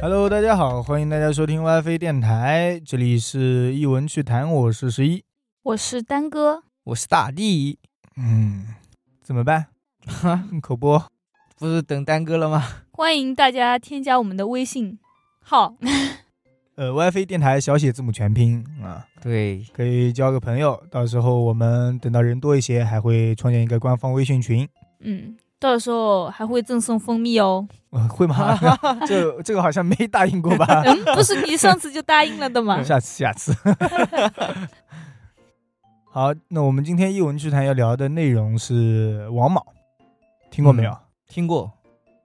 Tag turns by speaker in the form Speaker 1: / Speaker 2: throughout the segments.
Speaker 1: Hello，大家好，欢迎大家收听 WiFi 电台，这里是一文趣谈，我是十一。
Speaker 2: 我是丹哥，
Speaker 3: 我是大地，
Speaker 1: 嗯，怎么 办？嗯
Speaker 3: 哈，
Speaker 1: 口播，
Speaker 3: 不是等丹哥了吗？
Speaker 2: 欢迎大家添加我们的微信号。
Speaker 1: 呃，WiFi 电台小写字母全拼啊，
Speaker 3: 对，
Speaker 1: 可以交个朋友。到时候我们等到人多一些，还会创建一个官方微信群。
Speaker 2: 嗯，到时候还会赠送蜂蜜哦。
Speaker 1: 呃、会 吗？这这个好像没答应过吧？？
Speaker 2: 嗯，不是你上次就答应了的 吗
Speaker 1: 下次，下次。好，那我们今天一文趣谈要聊的内容是王莽，听过没有？
Speaker 3: 听过，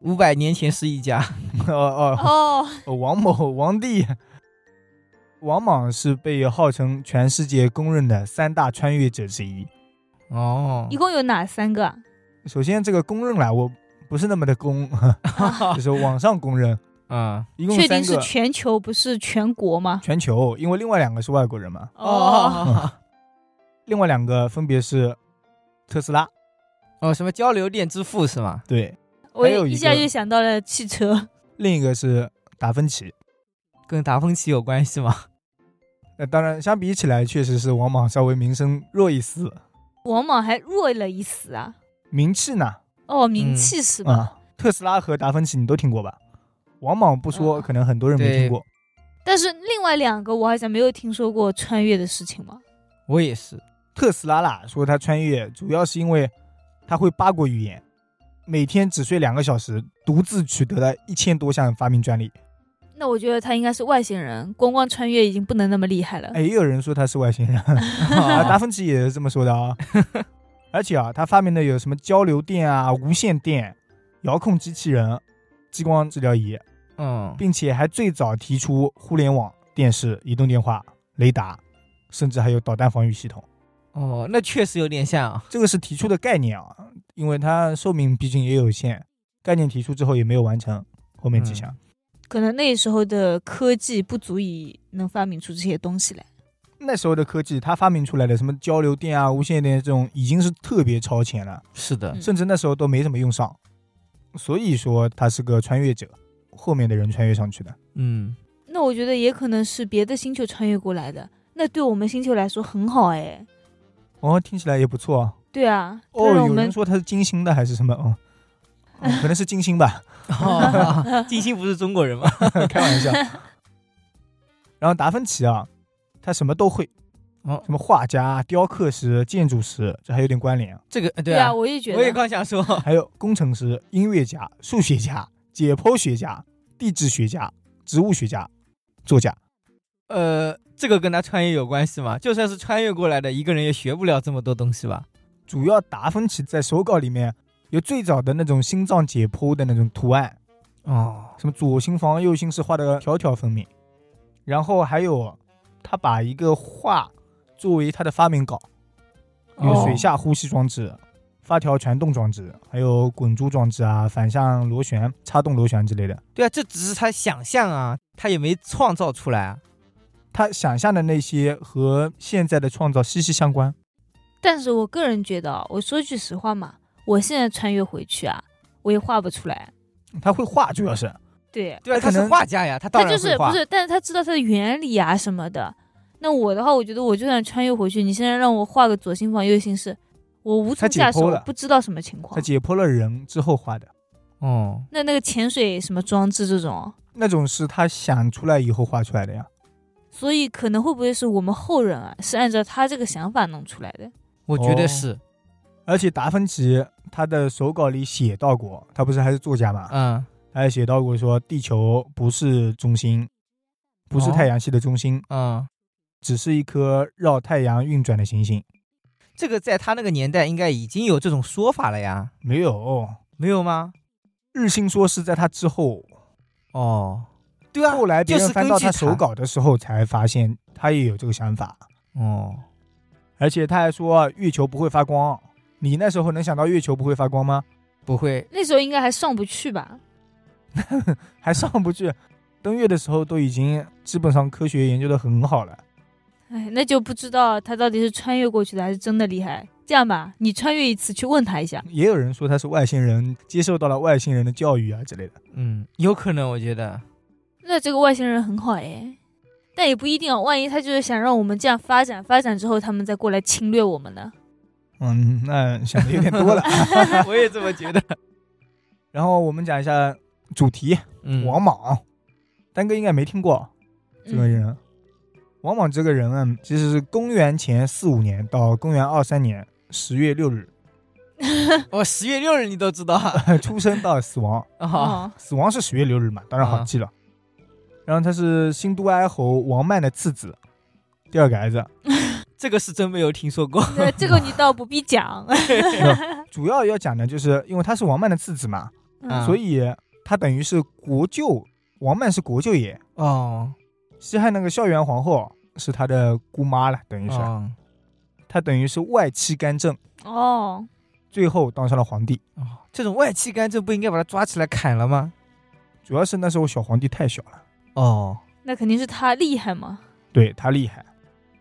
Speaker 3: 五百年前是一家，
Speaker 1: 哦
Speaker 2: 哦，
Speaker 1: 哦，王某王帝。王莽是被号称全世界公认的三大穿越者之一。
Speaker 3: 哦
Speaker 2: 一，共有哪三个啊？
Speaker 1: 首先，这个公认啦，我不是那么的公， 就是网上公认，
Speaker 3: 嗯，
Speaker 1: 一共
Speaker 2: 哦确
Speaker 1: 三
Speaker 2: 定是
Speaker 1: 个，
Speaker 2: 全球不是全国吗？
Speaker 1: 全球，因为另外两个是外国人嘛，
Speaker 2: 哦，
Speaker 3: 哦，
Speaker 1: 另外两个分别是特斯拉，
Speaker 3: 哦，什么交流电之父是吗？
Speaker 1: 对，
Speaker 2: 我
Speaker 1: 还有一
Speaker 2: 一下
Speaker 1: 个
Speaker 2: 就想到了汽车。
Speaker 1: 另一个是达芬奇。
Speaker 3: 跟达芬奇有关系吗？
Speaker 1: 那当然，相比起来，确实是王莽稍微名声弱一丝，
Speaker 2: 王莽还弱了一丝啊！
Speaker 1: 名气呢
Speaker 2: 哦，名气是吧？
Speaker 1: 啊、特斯拉和达芬奇你都听过吧？王莽不说，
Speaker 2: 啊
Speaker 1: 可能很多人没
Speaker 3: 对
Speaker 1: 听过。
Speaker 2: 但是另外两个我好像没有听说过穿越的事情嘛。
Speaker 3: 我也 是，
Speaker 1: 特斯拉啦，说他穿越主要是因为他会八国语言，每天只睡两个小时，独自取得了一千多项发明专利。
Speaker 2: 那我觉得他应该是外星人，光光穿越已经不能那么厉害了。
Speaker 1: 哎，也有人说他是外星人，啊达芬奇也是这么说的啊。而且啊，他发明的有什么交流电啊、无线电、遥控机器人、激光治疗仪，
Speaker 3: 嗯，
Speaker 1: 并且还最早提出互联网、电视、移动电话、雷达，甚至还有导弹防御系统。
Speaker 3: 哦，那确实有点像啊，
Speaker 1: 这个是提出的概念啊，因为它寿命毕竟也有限，概念提出之后也没有完成后面几项。
Speaker 2: 可能那时候的科技不足以能发明出这些东西来。
Speaker 1: 那时候的科技，它发明出来的什么交流电啊、无线电这种，已经是特别超前了，
Speaker 3: 是的
Speaker 2: 嗯
Speaker 1: 甚至那时候都没怎么用上。所以说他是个穿越者，后面的人穿越上去的。
Speaker 3: 嗯，
Speaker 2: 那我觉得也可能是别的星球穿越过来的，那对我们星球来说很好哎。
Speaker 1: 哦，听起来也不错啊。
Speaker 2: 对啊，
Speaker 1: 哦，
Speaker 2: 它让
Speaker 1: 有
Speaker 2: 我们
Speaker 1: 人说他是金星的还是什么？哦， 哦可能是金星吧。
Speaker 3: 哦， 金星不是中国人吗？
Speaker 1: 开玩 笑。然后达芬奇啊，他什么都会，
Speaker 3: 哦
Speaker 1: 什么画家、雕刻师、建筑师，这还有点关联啊。
Speaker 3: 这个，呃对
Speaker 2: 对
Speaker 3: 啊，
Speaker 2: 啊，我也觉
Speaker 3: 我也
Speaker 2: 得。
Speaker 3: 刚想说，
Speaker 1: 还有工程师、音乐家、数学家、解剖学家、地质学家、植物学家、作家。
Speaker 3: 呃，这个跟他穿越有关系吗？就算是穿越过来的，一个人也学不了这么多东西吧？
Speaker 1: 主要达芬奇在手稿里面有最早的那种心脏解剖的那种图案，
Speaker 3: 哦，
Speaker 1: 什么左心房、右心室画的条条分明。然后还有，他把一个画作为他的发明稿，有
Speaker 3: 哦
Speaker 1: 水下呼吸装置、发条传动装置，还有滚珠装置啊、反向螺旋、插动螺旋之类的。
Speaker 3: 对啊，这只是他想象啊，他也没创造出来啊。
Speaker 1: 他想象的那些和现在的创造息息相关。
Speaker 2: 但是我个人觉得啊，我说句实话嘛，我现在穿越回去啊，我也画不出来。
Speaker 1: 他会画，主要是
Speaker 2: 对，
Speaker 3: 对啊，
Speaker 1: 他可
Speaker 3: 他
Speaker 1: 能
Speaker 3: 是画家呀，他
Speaker 2: 他
Speaker 3: 当然
Speaker 2: 就
Speaker 3: 会
Speaker 2: 是
Speaker 3: 画。
Speaker 2: 不是，但是他知道它的原理啊什么的。那我的话，我觉得我就算穿越回去，你现在让我画个左心房、右心室，我无
Speaker 1: 他
Speaker 2: 从
Speaker 1: 解
Speaker 2: 下手，
Speaker 1: 剖
Speaker 2: 我
Speaker 1: 了
Speaker 2: 不知道什么情
Speaker 1: 他
Speaker 2: 况。
Speaker 1: 解剖了人之后画的，
Speaker 3: 哦，
Speaker 2: 那那个潜水什么装置这种，
Speaker 1: 那种是他想出来以后画出来的呀。
Speaker 2: 所以可能会不会是我们后人啊，是按照他这个想法弄出来的？
Speaker 3: 我觉得是，
Speaker 1: 而且达芬奇他的手稿里写到过，他不是还是作家嘛，
Speaker 3: 嗯，
Speaker 1: 他还写到过说地球不是中心，不是
Speaker 3: 哦
Speaker 1: 太阳系的中心，
Speaker 3: 嗯，
Speaker 1: 只是一颗绕太阳运转的行星。
Speaker 3: 这个在他那个年代应该已经有这种说法了呀，
Speaker 1: 没有，
Speaker 3: 没有吗？
Speaker 1: 日心说是在他之后，
Speaker 3: 哦，对啊，
Speaker 1: 后来别
Speaker 3: 就
Speaker 1: 人
Speaker 3: 是
Speaker 1: 翻到他
Speaker 3: 根据
Speaker 1: 手稿的时候才发现他也有这个想法，
Speaker 3: 哦，
Speaker 1: 而且他还说月球不会发光。你那时候能想到月球不会发光吗？
Speaker 3: 不会，
Speaker 2: 那时候应该还上不去吧？
Speaker 1: 还上不去，登月的时候都已经基本上科学研究的很好了。
Speaker 2: 哎，那就不知道他到底是穿越过去的，还是真的厉害。这样吧，你穿越一次去问他一下。
Speaker 1: 也有人说他是外星人，接受到了外星人的教育啊之类的。
Speaker 3: 嗯，有可能，我觉得，
Speaker 2: 那这个外星人很好哎，但也不一定啊，万一他就是想让我们这样发展，发展之后他们再过来侵略我们呢？
Speaker 1: 嗯，那想的有点多了。
Speaker 3: 我也这么觉 得。
Speaker 1: 然后我们讲一下主题，
Speaker 3: 嗯
Speaker 1: 王莽，丹哥应该没听过这个
Speaker 2: 嗯
Speaker 1: 人。王莽这个人啊，其实是公元前四五年到公元二三年十月六日
Speaker 2: 嗯
Speaker 3: 我十月六日你都 知道啊？
Speaker 1: 出生到死亡，
Speaker 3: 啊
Speaker 2: 哦，
Speaker 1: 死亡是十月六日嘛，当然好记了。然后他是新都哀侯王曼的次子，第二个儿子，
Speaker 3: 这个是真没有听说过。
Speaker 2: 那这个你倒不必讲，
Speaker 1: 主要要讲的就是因为他是王曼的次子嘛，
Speaker 3: 啊
Speaker 2: 嗯
Speaker 1: 所以他等于是国舅，王曼是国舅爷，
Speaker 3: 哦，
Speaker 1: 西汉那个孝元皇后是他的姑妈了，等于是、
Speaker 3: 哦，
Speaker 1: 他等于是外戚干政，
Speaker 2: 哦，
Speaker 1: 最后当上了皇帝。
Speaker 3: 哦，这种外戚干政不应该把他抓起来砍了吗？
Speaker 1: 主要是那时候小皇帝太小了，
Speaker 3: 哦，
Speaker 2: 那肯定是他厉害嘛。
Speaker 1: 对他厉害，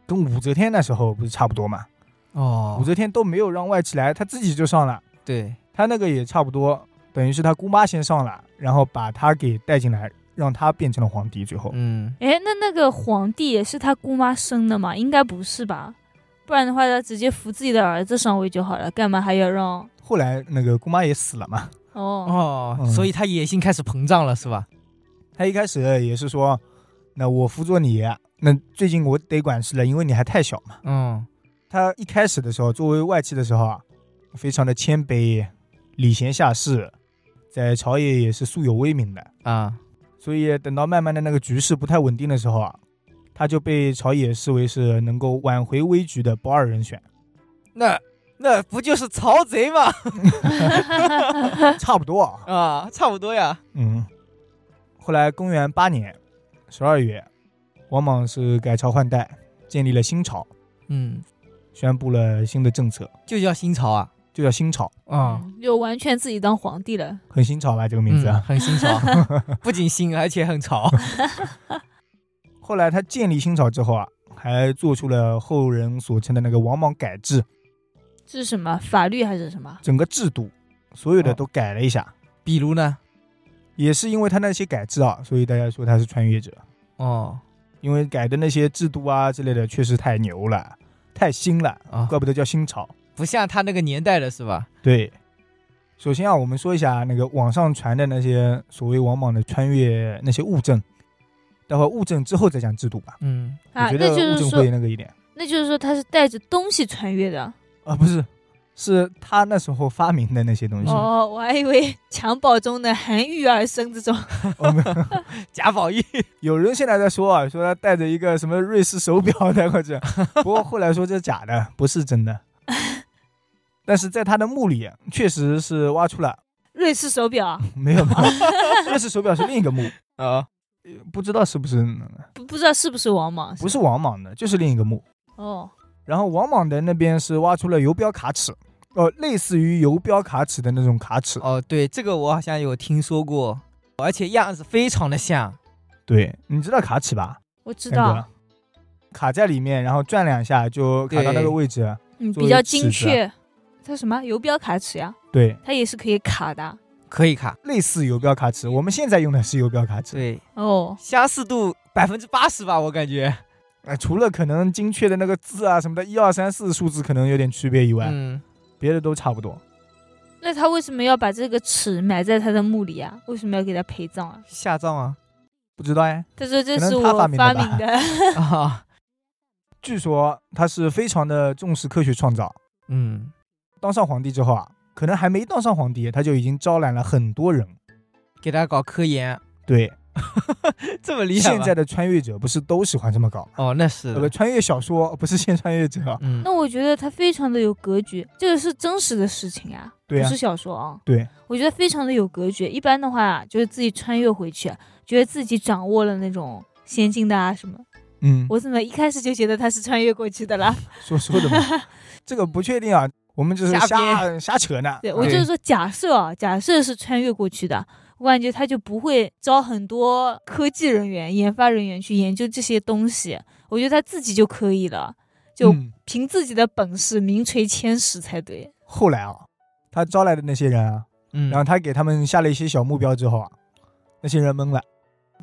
Speaker 1: 跟武则天那时候不是差不多嘛？
Speaker 3: 哦
Speaker 1: 武，则天都没有让外戚来，他自己就上了，
Speaker 3: 对，
Speaker 1: 他那个也差不多，等于是他姑妈先上了，然后把他给带进来，让他变成了皇帝。最后，
Speaker 3: 嗯，
Speaker 2: 哎，那那个皇帝也是他姑妈生的嘛？应该不是吧？不然的话，他直接扶自己的儿子上位就好了，干嘛还要让？
Speaker 1: 后来那个姑妈也死了嘛，
Speaker 2: 哦，
Speaker 3: 哦，
Speaker 1: 嗯
Speaker 3: 所以他野心开始膨胀了，是吧？
Speaker 1: 他一开始也是说，那我辅佐你，那最近我得管事了，因为你还太小嘛。
Speaker 3: 嗯，
Speaker 1: 他一开始的时候，作为外戚的时候啊，非常的谦卑，礼贤下士，在朝野也是素有威名的。
Speaker 3: 啊，
Speaker 1: 所以等到慢慢的那个局势不太稳定的时候啊，他就被朝野视为是能够挽回危局的不二人选，
Speaker 3: 那那不就是曹贼吗？
Speaker 1: 差不多啊。
Speaker 3: 啊，差不多呀。
Speaker 1: 嗯，后来公元八年十二月，王莽是改朝换代，建立了新朝，
Speaker 3: 嗯，
Speaker 1: 宣布了新的政策，
Speaker 3: 就叫新朝啊。
Speaker 1: 就叫新朝，
Speaker 3: 啊、
Speaker 2: 嗯 就完全自己当皇帝了。
Speaker 1: 很新潮吧这个名字啊。
Speaker 3: 嗯很新 潮，不仅新，而且很 潮。
Speaker 1: 后来他建立新朝之后啊，还做出了后人所称的那个王莽改制，
Speaker 2: 这是什么法律还是什么？
Speaker 1: 整个制度所有的都改了一下。
Speaker 3: 比如呢？
Speaker 1: 也是因为他那些改制啊，所以大家说他是穿越者，
Speaker 3: 哦
Speaker 1: 因为改的那些制度啊之类的确实太牛了，太新了，
Speaker 3: 啊，
Speaker 1: 怪不得叫新朝。
Speaker 3: 不像他那个年代的是吧？
Speaker 1: 对，首先啊，我们说一下那个网上传的那些所谓王莽的穿越那些物证，待会儿物证之后再讲制度吧。
Speaker 3: 嗯，
Speaker 2: 啊，
Speaker 1: 我觉
Speaker 2: 那
Speaker 1: 得
Speaker 2: 就
Speaker 1: 物
Speaker 2: 是
Speaker 1: 证
Speaker 2: 说
Speaker 1: 会，那个一点
Speaker 2: 那就是说他是带着东西穿越的。
Speaker 1: 啊，不是，是他那时候发明的那些东西。
Speaker 2: 哦，我还以为襁褓中的含育而生这种。
Speaker 1: 哦没有
Speaker 3: 贾宝玉。
Speaker 1: 有人现在在说啊，说他带着一个什么瑞士手表带过 去，不过后来说这是假的，不是真的。但是在他的墓里，确实是挖出了
Speaker 2: 瑞士手表啊
Speaker 1: 没有 吧？瑞士手表是另一个墓，
Speaker 3: 啊，
Speaker 1: 不知道是不是
Speaker 2: 不不知道是不是王莽？
Speaker 1: 不是王莽的，就是另一个墓。
Speaker 2: 哦，
Speaker 1: 然后王莽的那边是挖出了游标卡尺，呃，类似于游标卡尺的那种卡尺，
Speaker 3: 哦，对，这个我好像有听说过，而且样子非常的像。
Speaker 1: 对，你知道卡尺吧？
Speaker 2: 我知
Speaker 1: 那个
Speaker 2: 道，
Speaker 1: 卡在里面，然后转两下就卡到那
Speaker 3: 对
Speaker 1: 个位置。
Speaker 2: 嗯，
Speaker 1: 作
Speaker 2: 比
Speaker 1: 为尺
Speaker 2: 较精
Speaker 1: 子啊
Speaker 2: 确。它什么游标卡尺呀？啊
Speaker 1: 对，
Speaker 2: 它也是可以卡的。啊
Speaker 3: 可以卡，
Speaker 1: 类似游标卡尺，我们现在用的是游标卡尺。
Speaker 3: 对，
Speaker 2: 哦，
Speaker 3: 相似度百分之八十吧，我感觉。
Speaker 1: 哎，除了可能精确的那个字啊什么的，一二三四数字可能有点区别以外，
Speaker 3: 嗯，
Speaker 1: 别的都差不多。
Speaker 2: 那他为什么要把这个尺埋在他的墓里啊？为什么要给他陪葬啊？
Speaker 3: 下葬啊
Speaker 1: 不知道哎，
Speaker 2: 他说这
Speaker 1: 可能
Speaker 2: 是
Speaker 1: 他
Speaker 2: 我
Speaker 1: 发明的
Speaker 2: 发
Speaker 1: 吧
Speaker 2: 明的。
Speaker 3: 啊，
Speaker 1: 据说他是非常的重视科学创造。
Speaker 3: 嗯，
Speaker 1: 当上皇帝之后啊，可能还没当上皇帝，他就已经招揽了很多人。
Speaker 3: 给他搞科研，
Speaker 1: 对，
Speaker 3: 这么厉害吗
Speaker 1: 现在的穿越者不是都喜欢这么搞吗？
Speaker 3: 哦，那是
Speaker 1: 呃，不，穿越小说不是现穿越者啊，
Speaker 3: 嗯
Speaker 2: 那我觉得他非常的有格局，这个是真实的事情啊，
Speaker 1: 对啊
Speaker 2: 不是小说啊。
Speaker 1: 对，
Speaker 2: 我觉得非常的有格局。一般的话、就是自己穿越回去，觉得自己掌握了那种先进的啊什么。
Speaker 1: 嗯，
Speaker 2: 我怎么一开始就觉得他是穿越过去的啦？
Speaker 1: 说说的嘛， 这个不确定啊，我们就是
Speaker 3: 瞎
Speaker 1: 瞎瞎扯呢。啊
Speaker 2: 对我就是说，假设啊，假设是穿越过去的，我感觉他就不会招很多科技人员、研发人员去研究这些东西。我觉得他自己就可以了，就
Speaker 1: 嗯
Speaker 2: 凭自己的本事名垂千史才对。
Speaker 1: 后来啊，他招来的那些人啊，
Speaker 3: 嗯，
Speaker 1: 然后他给他们下了一些小目标之后啊，那些人懵了，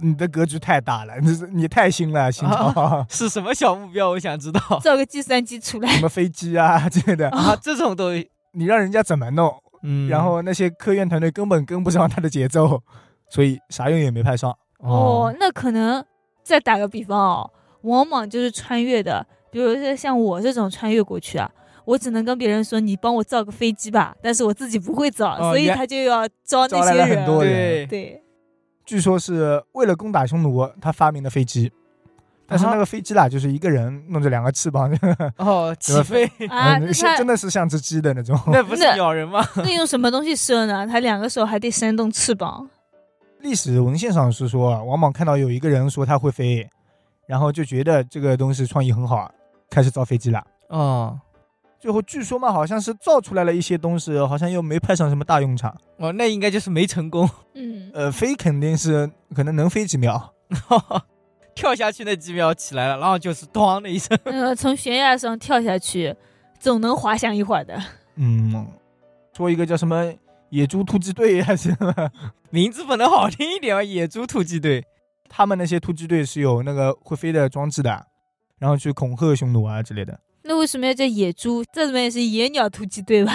Speaker 1: 你的格局太大了，你你太新了，啊新
Speaker 2: 哦
Speaker 1: 潮、
Speaker 3: 是什么小目标？我想知道
Speaker 1: 哦
Speaker 2: 造个计算机出来
Speaker 1: 什，么飞机啊之类的，
Speaker 3: 啊，这种都
Speaker 1: 你让人家怎么弄？
Speaker 3: 嗯，
Speaker 1: 然后那些科研团队根本跟不上他的节奏，所以啥用也没派上。
Speaker 2: 哦，那可能再打个比方哦，往往就是穿越的，比如说像我这种穿越过去啊，我只能跟别人说你帮我造个飞机吧，但是我自己不会造，
Speaker 3: 哦
Speaker 2: 所以
Speaker 3: 原
Speaker 2: 他就要招
Speaker 1: 招
Speaker 2: 那
Speaker 1: 来
Speaker 2: 些
Speaker 1: 了很
Speaker 2: 人。
Speaker 1: 多
Speaker 3: 对
Speaker 1: 人，
Speaker 2: 对，
Speaker 1: 据说是为了攻打匈奴，他发明的飞机，但
Speaker 2: 啊
Speaker 1: 是那个飞机啦，就是一个人弄着两个翅膀，
Speaker 3: 哦，起飞，
Speaker 2: 啊，那
Speaker 1: 嗯是
Speaker 2: 他
Speaker 1: 真的是像只鸡的那种。
Speaker 3: 那不是
Speaker 2: 那
Speaker 3: 咬人吗？
Speaker 2: 那用什么东西射呢？他两个手还得扇动翅膀。
Speaker 1: 历史文献上是说，王莽看到有一个人说他会飞，然后就觉得这个东西创意很好，啊开始造飞机了。
Speaker 3: 哦，
Speaker 1: 最后据说嘛，好像是造出来了一些东西，好像又没派上什么大用场。
Speaker 3: 哦，那应该就是没成功，
Speaker 2: 嗯，
Speaker 1: 呃，飞肯定是可能能飞几秒，
Speaker 3: 跳下去那几秒起来了，然后就是咣的一声，
Speaker 2: 呃，从悬崖上跳下去，总能滑翔一会儿的。
Speaker 1: 嗯，说一个叫什么野猪突击队还是什么，
Speaker 3: 名字不能好听一点吗？野猪突击队，
Speaker 1: 他们那些突击队是有那个会飞的装置的，然后去恐吓匈奴啊之类的，
Speaker 2: 那为什么要叫野猪？这里面也是野鸟突击队吧？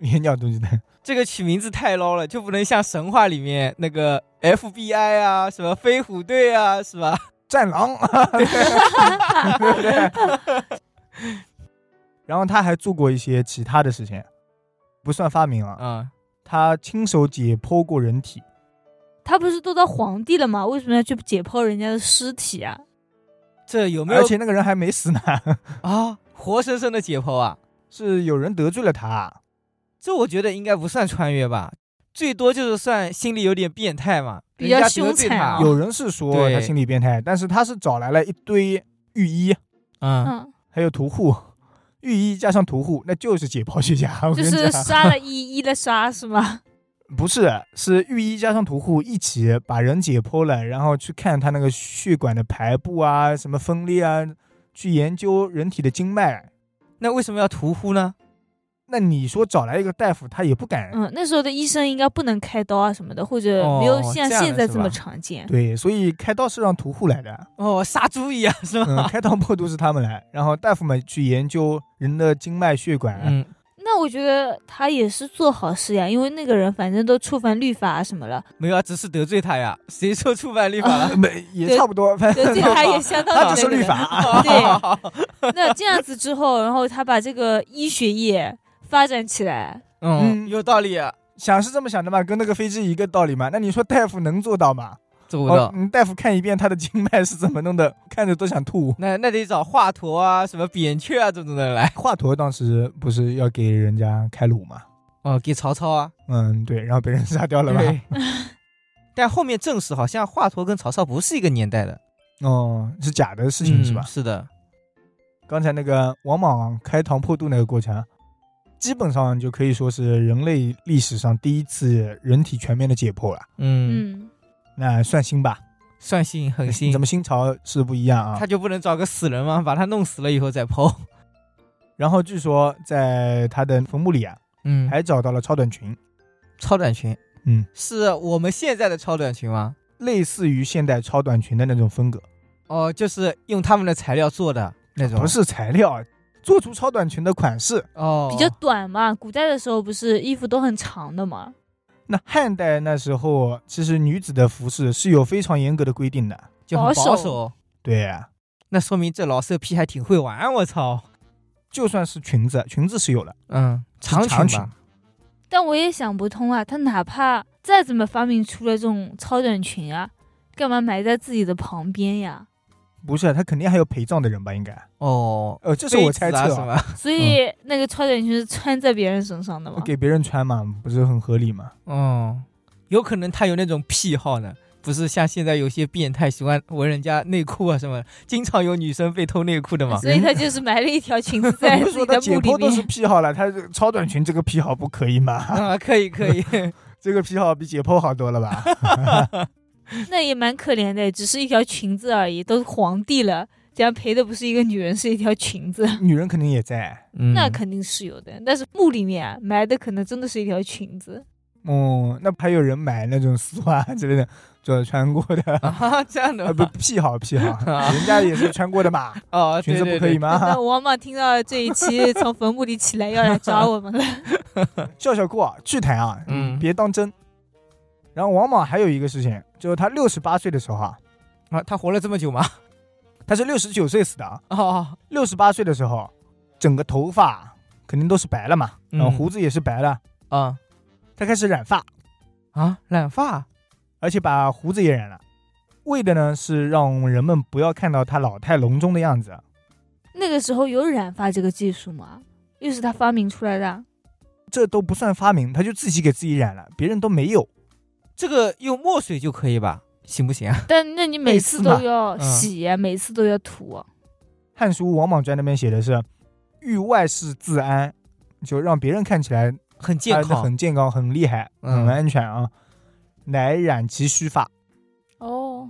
Speaker 1: 野鸟突击队。
Speaker 3: 这个取名字太 low 了，就不能像神话里面那个 FBI 啊，什么飞虎队啊，是吧？
Speaker 1: 战狼， 对不对？然后他还做过一些其他的事情，不算发明啊，
Speaker 3: 啊、
Speaker 1: 他亲手解剖过人体。
Speaker 2: 他不是都当皇帝了吗？为什么要去解剖人家的尸体啊？
Speaker 3: 这有没有
Speaker 1: 而且那个人还没死呢，
Speaker 3: 啊？活生生的解剖啊？
Speaker 1: 是有人得罪了他，
Speaker 3: 这我觉得应该不算穿越吧，最多就是算心里有点变态嘛，
Speaker 2: 比较
Speaker 3: 人家得罪
Speaker 2: 凶残
Speaker 3: 他
Speaker 2: 啊
Speaker 1: 有人是说
Speaker 3: 对
Speaker 1: 他心理变态，但是他是找来了一堆御医，
Speaker 3: 嗯，
Speaker 2: 嗯，
Speaker 1: 还有屠户，御医加上屠户，那就是解剖学家。我
Speaker 2: 就
Speaker 1: 跟你
Speaker 2: 是
Speaker 1: 讲，
Speaker 2: 杀了一，一 了杀是吗？
Speaker 1: 不是，是御医加上屠户一起把人解剖了，然后去看他那个血管的排布啊，什么分裂啊，去研究人体的经脉。
Speaker 3: 那为什么要屠户呢？
Speaker 1: 那你说找来一个大夫，他也不敢。
Speaker 2: 嗯，那时候的医生应该不能开刀啊什么的，或者
Speaker 3: 哦
Speaker 2: 没有像
Speaker 3: 这样的
Speaker 2: 现在
Speaker 3: 是
Speaker 2: 这么
Speaker 3: 吧
Speaker 2: 常见。
Speaker 1: 对，所以开刀是让屠户来 的，
Speaker 3: 哦，杀猪一样是
Speaker 1: 嗯，
Speaker 3: 吧？
Speaker 1: 开膛破肚是他们来，然后大夫们去研究人的经脉血管。
Speaker 3: 嗯，
Speaker 2: 那我觉得他也是做好事呀，因为那个人反正都触犯律法啊什么 了，
Speaker 3: 没有啊，只是得罪他呀，谁说触犯 律法了？
Speaker 1: 呃没也差不多，反
Speaker 2: 得
Speaker 1: 正
Speaker 2: 罪他也相当于
Speaker 1: 他只是
Speaker 2: 那个
Speaker 1: 律
Speaker 2: 人。
Speaker 1: 法。啊
Speaker 2: 哦对， 那这样子之后，然后他把这个医学业发展起来，
Speaker 3: 嗯，
Speaker 1: 嗯
Speaker 3: 有道理、啊，
Speaker 1: 想是这么想的嘛，跟那个飞机一个道理嘛。那你说大夫能做到吗？
Speaker 3: 做不到。
Speaker 1: 哦，你大夫看一遍他的经脉是怎么弄的，看着都想吐。
Speaker 3: 那那得找华佗啊，什么扁鹊啊，这种的来。
Speaker 1: 华佗当时不是要给人家开颅嘛？
Speaker 3: 哦，给曹操啊，
Speaker 1: 嗯，对，然后被人杀掉了吧？
Speaker 3: 对。但后面证实好像华佗跟曹操不是一个年代的
Speaker 1: 哦，是假的事情、是吧
Speaker 3: 嗯？是的，
Speaker 1: 刚才那个王莽开膛破肚那个过程，基本上就可以说是人类历史上第一次人体全面的解剖了。
Speaker 3: 嗯，
Speaker 2: 嗯，
Speaker 1: 那算新吧，
Speaker 3: 算性很性
Speaker 1: 咱，们新潮是不一样啊
Speaker 3: 他。就不能找个死人吗？把他弄死了以后再剖。
Speaker 1: 然后据说在他的坟墓里啊，
Speaker 3: 嗯，
Speaker 1: 还找到了超短裙，
Speaker 3: 超短裙，
Speaker 1: 嗯，
Speaker 3: 是我们现在的超短裙吗？
Speaker 1: 类似于现代超短裙的那种风格，
Speaker 3: 哦，就是用他们的材料做的那种，
Speaker 1: 不是材料，啊做出超短裙的款式。
Speaker 3: 哦，
Speaker 2: 比较短嘛。古代的时候不是衣服都很长的嘛，
Speaker 1: 那汉代那时候，其实女子的服饰是有非常严格的规定的。
Speaker 3: 就很
Speaker 2: 保守
Speaker 3: 保守。
Speaker 1: 对啊，
Speaker 3: 那说明这老色批还挺会玩，我操！
Speaker 1: 就算是裙子，裙子是有了，
Speaker 3: 嗯，长
Speaker 1: 是长
Speaker 3: 裙吧，
Speaker 2: 但我也想不通啊，他哪怕再怎么发明出了这种超短裙啊，干嘛埋在自己的旁边呀？
Speaker 1: 不是，他啊肯定还有陪葬的人吧？应该，
Speaker 3: 哦，
Speaker 1: 呃，这是我猜
Speaker 3: 妃子
Speaker 1: 测、
Speaker 3: 啊，是吧？
Speaker 2: 所以那个超短裙是穿在别人身上的吗？
Speaker 1: 嗯给别人穿嘛，不是很合理吗？
Speaker 3: 哦，有可能他有那种癖好呢，不是像现在有些变态喜欢闻人家内裤啊什么的，经常有女生被偷内裤的嘛。
Speaker 2: 啊所以他就是埋了一条裙子 在
Speaker 1: 不
Speaker 2: 自
Speaker 1: 是嗯
Speaker 2: 己
Speaker 1: 说
Speaker 2: 的
Speaker 1: 他解
Speaker 2: 墓里
Speaker 1: 剖都是
Speaker 2: 面。
Speaker 1: 癖好了，他这超短裙这个癖好不可以吗？
Speaker 3: 啊，可 以可以，
Speaker 1: 这个癖好比解剖好多了 吧？
Speaker 2: 那也蛮可怜的，只是一条裙子而已，都皇帝了，这样陪的不是一个女人，是一条裙子，
Speaker 1: 女人肯定也在，
Speaker 3: 嗯
Speaker 2: 那肯定是有的。但是墓里面、啊、埋的可能真的是一条裙子。
Speaker 1: 哦，那还有人买那种丝袜之类的，就穿过 的，
Speaker 3: 啊，这样的
Speaker 1: 啊不
Speaker 3: 吗
Speaker 1: 癖好癖好，人家也是穿过的嘛，
Speaker 2: 啊
Speaker 3: 哦，
Speaker 1: 裙
Speaker 3: 对
Speaker 1: 子
Speaker 3: 对
Speaker 1: 不可以
Speaker 3: 对，
Speaker 1: 吗？
Speaker 2: 王莽听到这一 期从坟墓里起来要来抓我们了，
Speaker 1: 笑笑过啊，剧谈啊，
Speaker 3: 嗯
Speaker 1: 别当真。然后王莽还有一个事情，就是他六十八岁的时候啊，
Speaker 3: 啊，他活了这么久吗？
Speaker 1: 他是六十九岁死的啊，
Speaker 3: 哦，
Speaker 1: 六十八岁的时候，整个头发肯定都是白了嘛，然后
Speaker 3: 嗯
Speaker 1: 胡子也是白了，
Speaker 3: 啊
Speaker 1: 他开始染发，
Speaker 3: 啊，染发，
Speaker 1: 而且把胡子也染了，为的呢是让人们不要看到他老态龙钟的样子。 啊
Speaker 2: 那个时候有染发这个技术吗？又是他发明出来的啊，
Speaker 1: 这都不算发明，他就自己给自己染了，别人都没有。
Speaker 3: 这个用墨水就可以吧？行不行啊？
Speaker 2: 但那你每次
Speaker 1: 类似嘛
Speaker 2: 都要
Speaker 3: 嗯
Speaker 2: 洗，每次都要涂，啊
Speaker 1: 《汉书·王莽传》那边写的是“欲外事自安”，就让别人看起来
Speaker 3: 很健
Speaker 1: 他
Speaker 3: 康，
Speaker 1: 啊很健康、很厉害、
Speaker 3: 嗯
Speaker 1: 很安全啊。乃染其须发，
Speaker 2: 哦，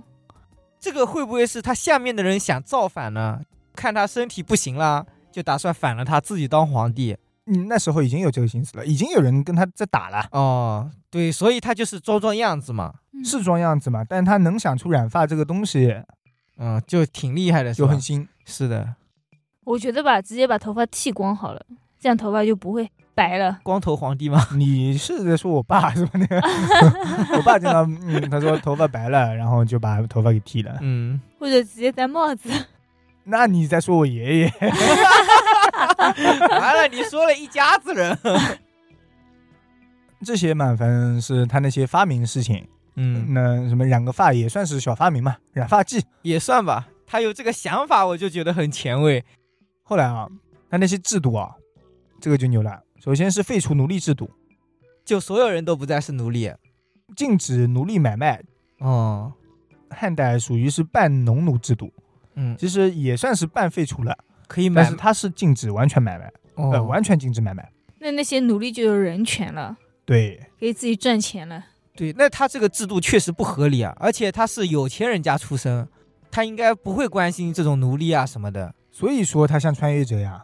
Speaker 3: 这个会不会是他下面的人想造反呢？看他身体不行啦，就打算反了他自己当皇帝。
Speaker 1: 嗯，那时候已经有这个心思了，已经有人跟他在打了，
Speaker 3: 哦，对，所以他就是装装样子嘛，
Speaker 2: 嗯
Speaker 1: 是装样子嘛。但他能想出染发这个东西，
Speaker 3: 嗯，就挺厉害的，是
Speaker 1: 就
Speaker 3: 吧
Speaker 1: 很？新。
Speaker 3: 是的，
Speaker 2: 我觉得吧，直接把头发剃光好了，这样头发就不会白了。
Speaker 3: 光头皇 帝嘛，
Speaker 1: 你是在说我爸 是吧？ 那个我爸经常，嗯，他说头发白了，然后就把头发给剃了。
Speaker 3: 嗯，
Speaker 2: 或者直接戴帽子，
Speaker 1: 那你在说我爷爷？
Speaker 3: 完了，你说了一家子人，
Speaker 1: 这些嘛，反正是他那些发明事情，
Speaker 3: 嗯，
Speaker 1: 那什么染个发也算是小发明嘛，染发剂。
Speaker 3: 也算吧。他有这个想法，我就觉得很前卫。
Speaker 1: 后来啊，他那些制度啊，这个就牛了。首先是废除奴隶制度，
Speaker 3: 就所有人都不再是奴隶。
Speaker 1: 禁止奴隶买卖。
Speaker 3: 哦，
Speaker 1: 汉代属于是半农奴制度，
Speaker 3: 嗯，
Speaker 1: 其实也算是半废除了，
Speaker 3: 可以
Speaker 1: 但
Speaker 3: 嗯买
Speaker 1: 是，它是禁止完全买卖，呃，
Speaker 3: 哦，
Speaker 1: 完全禁止买卖。
Speaker 2: 那那些奴隶就有人权了，
Speaker 1: 对，
Speaker 2: 可以自己赚钱了。？
Speaker 3: 对，那他这个制度确实不合理啊，而且他是有钱人家出身，他应该不会关心这种奴隶啊什么的。
Speaker 1: 所以说他像穿越者呀。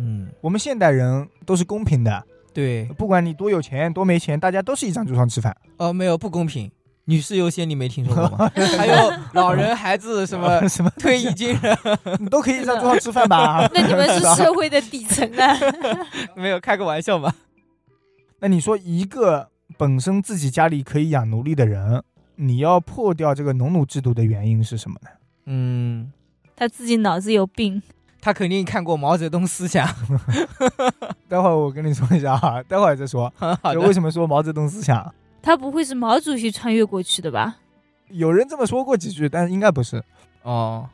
Speaker 3: 嗯，
Speaker 1: 我们现代人都是公平的，
Speaker 3: 对，
Speaker 1: 不管你多有钱多没钱，大家都是一张桌上吃饭。
Speaker 3: 哦，没有不公平，女士优先，你没听说过 吗？还有老人、孩子什 么
Speaker 1: 什么
Speaker 3: 退役军人，
Speaker 1: 你都可以一张桌上吃饭吧
Speaker 2: 那你们 是社会的底层啊，
Speaker 3: 没有开个玩笑嘛？
Speaker 1: 那你说一个本身自己家里可以养奴隶的人，你要破掉这个农奴制度的原因是什么呢？
Speaker 3: 嗯，
Speaker 2: 他自己脑子有病。
Speaker 3: 他肯定看过毛泽东思想。
Speaker 1: 待会儿我跟你说一下啊，待会儿再说。
Speaker 3: 好
Speaker 1: 就
Speaker 3: 的，
Speaker 1: 为什么说毛泽东思想？
Speaker 2: 他不会是毛主席穿越过去的吧？
Speaker 1: 有人这么说过几句，但应该不是。
Speaker 3: 哦，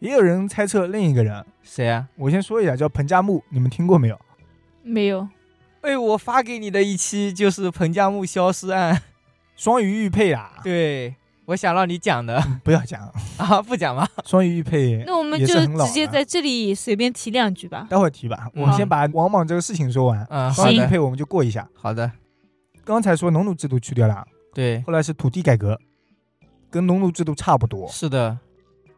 Speaker 1: 也有人猜测另一个人，
Speaker 3: 谁啊？
Speaker 1: 我先说一下，叫彭加木，你们听过没有？
Speaker 2: 没有，
Speaker 3: 哎，我发给你的一期就是彭加木消失案，
Speaker 1: 双鱼玉佩啊，
Speaker 3: 对我想让你讲的
Speaker 1: 不要讲，
Speaker 3: 啊，不讲吗？
Speaker 1: 双鱼玉佩
Speaker 2: 那我们
Speaker 1: 也
Speaker 2: 就是
Speaker 1: 很老啊
Speaker 2: 直接
Speaker 1: 的
Speaker 2: 在这里随便提两句吧。
Speaker 1: 待会儿提吧，我
Speaker 3: 嗯
Speaker 1: 先把王莽这个事情说完，
Speaker 3: 嗯，好
Speaker 1: 双鱼玉
Speaker 3: 的，
Speaker 1: 佩我们就过一下。
Speaker 3: 好的，
Speaker 1: 刚才说农奴制度去掉了，
Speaker 3: 对，
Speaker 1: 后来是土地改革，跟农奴制度差不多，
Speaker 3: 是的，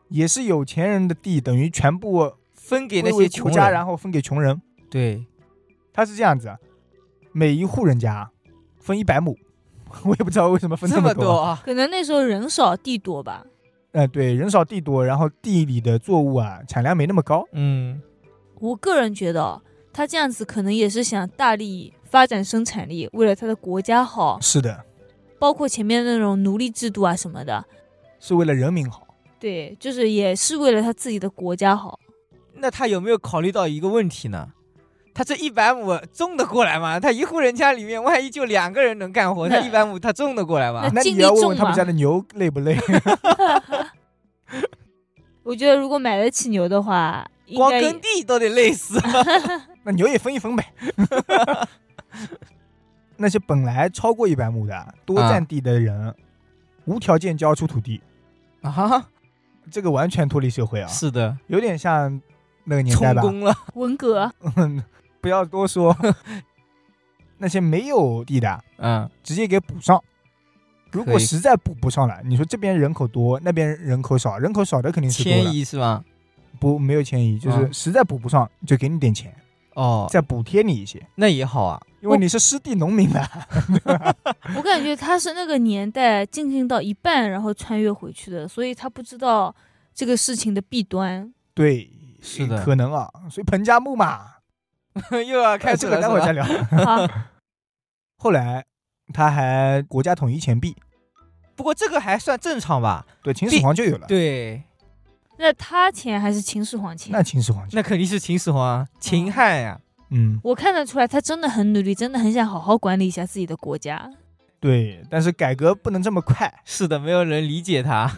Speaker 1: 也是有钱人的地等于全部
Speaker 3: 分给那
Speaker 1: 归为
Speaker 3: 些
Speaker 1: 国
Speaker 3: 穷
Speaker 1: 家，
Speaker 3: 人，
Speaker 1: 然后分给穷人。
Speaker 3: 对，
Speaker 1: 他是这样子，每一户人家分一百亩， 我也不知道为什么分
Speaker 3: 这
Speaker 1: 么
Speaker 3: 么多。啊，
Speaker 2: 可能那时候人少地多吧。
Speaker 1: 嗯、对，人少地多，然后地里的作物啊产量没那么高，
Speaker 3: 嗯，
Speaker 2: 我个人觉得哦，他这样子可能也是想大力发展生产力，为了他的国家
Speaker 3: 哦
Speaker 2: 好，
Speaker 1: 是的，
Speaker 2: 包括前面那种奴隶制度啊什么的。
Speaker 1: 是为了人民好。
Speaker 2: 对，就是也是为了他自己的国家好。
Speaker 3: 那他有没有考虑到一个问题呢？他这一百亩种得过来吗？他一户人家里面，万一就两个人能干活，他
Speaker 2: 那
Speaker 3: 一百亩他种得过来吗
Speaker 2: 那？
Speaker 1: 那
Speaker 2: 尽
Speaker 1: 你
Speaker 2: 力
Speaker 1: 要问问
Speaker 2: 种
Speaker 1: 他们
Speaker 2: 嘛
Speaker 1: 家的 牛累不累？
Speaker 2: 我觉得如果买得起牛的话，应
Speaker 3: 光
Speaker 2: 该
Speaker 3: 耕地都得累 死。
Speaker 1: 那牛也分一分 呗。那些本来超过一百亩的啊多占地的人，无条件交出土地，
Speaker 3: 啊，
Speaker 1: 这个完全脱离社会啊，
Speaker 3: 是的，
Speaker 1: 有点像那个年代
Speaker 3: 充
Speaker 1: 吧。
Speaker 3: 公了。
Speaker 2: 文革
Speaker 1: 嗯，不要多说。 那些没有地的， 啊
Speaker 3: 嗯，
Speaker 1: 直接给补上。如果
Speaker 3: 可以
Speaker 1: 实在补不上了，你说这边人口多，那边人口少，人口少的肯定是多
Speaker 3: 迁
Speaker 1: 了，
Speaker 3: 移是吧？
Speaker 1: 不没有迁移，就是
Speaker 3: 嗯
Speaker 1: 实在补不上，就给你点钱。
Speaker 3: 哦，
Speaker 1: 再补贴你一些，
Speaker 3: 那也好啊。
Speaker 1: 因为你是湿地农民啊嘛。
Speaker 2: 我感觉他是那个年代进行到一半，然后穿越回去的，所以他不知道这个事情的 弊端。
Speaker 1: 对，
Speaker 3: 是的
Speaker 1: 可能啊，所以彭加木 嘛，
Speaker 3: 又要
Speaker 1: 哎
Speaker 3: 开
Speaker 1: 这
Speaker 3: 始
Speaker 1: 个
Speaker 3: 了，
Speaker 1: 待会儿
Speaker 3: 是
Speaker 1: 再
Speaker 3: 吧
Speaker 1: 聊。
Speaker 2: 好，
Speaker 1: 后来他还国家统一钱币，
Speaker 3: 不过这个还算正常吧？
Speaker 1: 对秦始皇就有了。
Speaker 3: 对，
Speaker 2: 那他钱还是秦始皇钱？
Speaker 1: 那秦始皇就，
Speaker 3: 那肯定是秦始皇啊，秦汉呀、
Speaker 1: 嗯，
Speaker 2: 我看得出来，他真的很努力，真的很想好好管理一下自己的国家。
Speaker 1: 对，但是改革不能这么快。
Speaker 3: 是的，没有人理解他。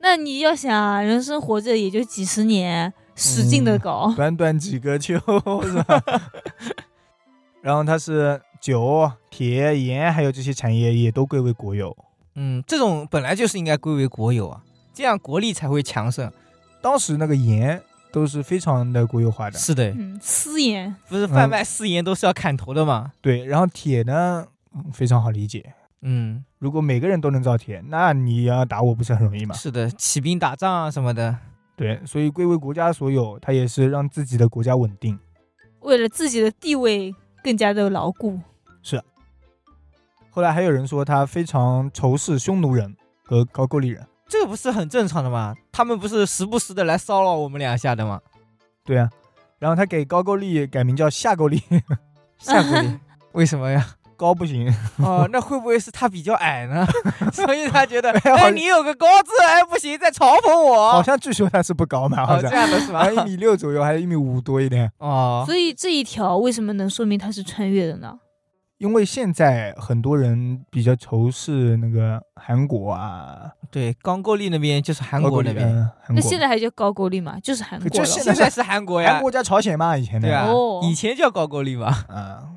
Speaker 2: 那你要想啊，人生活着也就几十年，使劲
Speaker 1: 嗯
Speaker 2: 的搞，
Speaker 1: 短短几个秋 是吧？然后它是酒、铁、盐，还有这些产业也都归为国有。
Speaker 3: 嗯，这种本来就是应该归为国有啊，这样国力才会强盛。
Speaker 1: 当时那个盐都是非常的国有化的，嗯
Speaker 3: 是的，
Speaker 2: 嗯，私盐，
Speaker 3: 不是贩卖私盐都是要砍头的嘛？
Speaker 1: 对。然后铁呢，嗯非常好理解。
Speaker 3: 嗯，
Speaker 1: 如果每个人都能造铁，那你要打我不是很容易吗？
Speaker 3: 是的，起兵打仗啊什么的。
Speaker 1: 对，所以归为国家所有，它也是让自己的国家稳定。
Speaker 2: 为了自己的地位更加的牢固。
Speaker 1: 后来还有人说他非常仇视匈奴人和高句丽人。
Speaker 3: 这个不是很正常的吗？他们不是时不时的来骚扰我们两下的 吗？
Speaker 1: 对啊，然后他给高句丽改名叫夏句丽，
Speaker 3: 下国力为什 么呀？
Speaker 1: 高不行，
Speaker 3: 哦，那会不会是他比较矮呢？ 所以他觉得，
Speaker 1: 好
Speaker 3: 哎，
Speaker 1: 像
Speaker 3: 你有个高字，哎，不行，在嘲讽我。
Speaker 1: 好像据说他是不高嘛，好
Speaker 3: 哦，这
Speaker 1: 像哎
Speaker 3: 样的是吧
Speaker 1: 好？像一米六左右，还是一米五多一点。
Speaker 3: 哦，
Speaker 2: 所以这一条为什么能说明他是穿越的呢？
Speaker 1: 因为现在很多人比较仇视那个韩国啊，
Speaker 3: 对，刚果利那边就是韩国
Speaker 1: 高句
Speaker 3: 那
Speaker 1: 丽
Speaker 3: 边，
Speaker 1: 嗯韩
Speaker 2: 那
Speaker 1: 国
Speaker 2: 现在还叫高句丽嘛，就是韩国
Speaker 1: 就
Speaker 2: 了。
Speaker 1: 是
Speaker 3: 现在是韩国呀
Speaker 1: 韩，国加朝鲜嘛，以前的
Speaker 3: 对啊
Speaker 2: 哦，
Speaker 3: 以前叫高句丽嘛，
Speaker 1: 嗯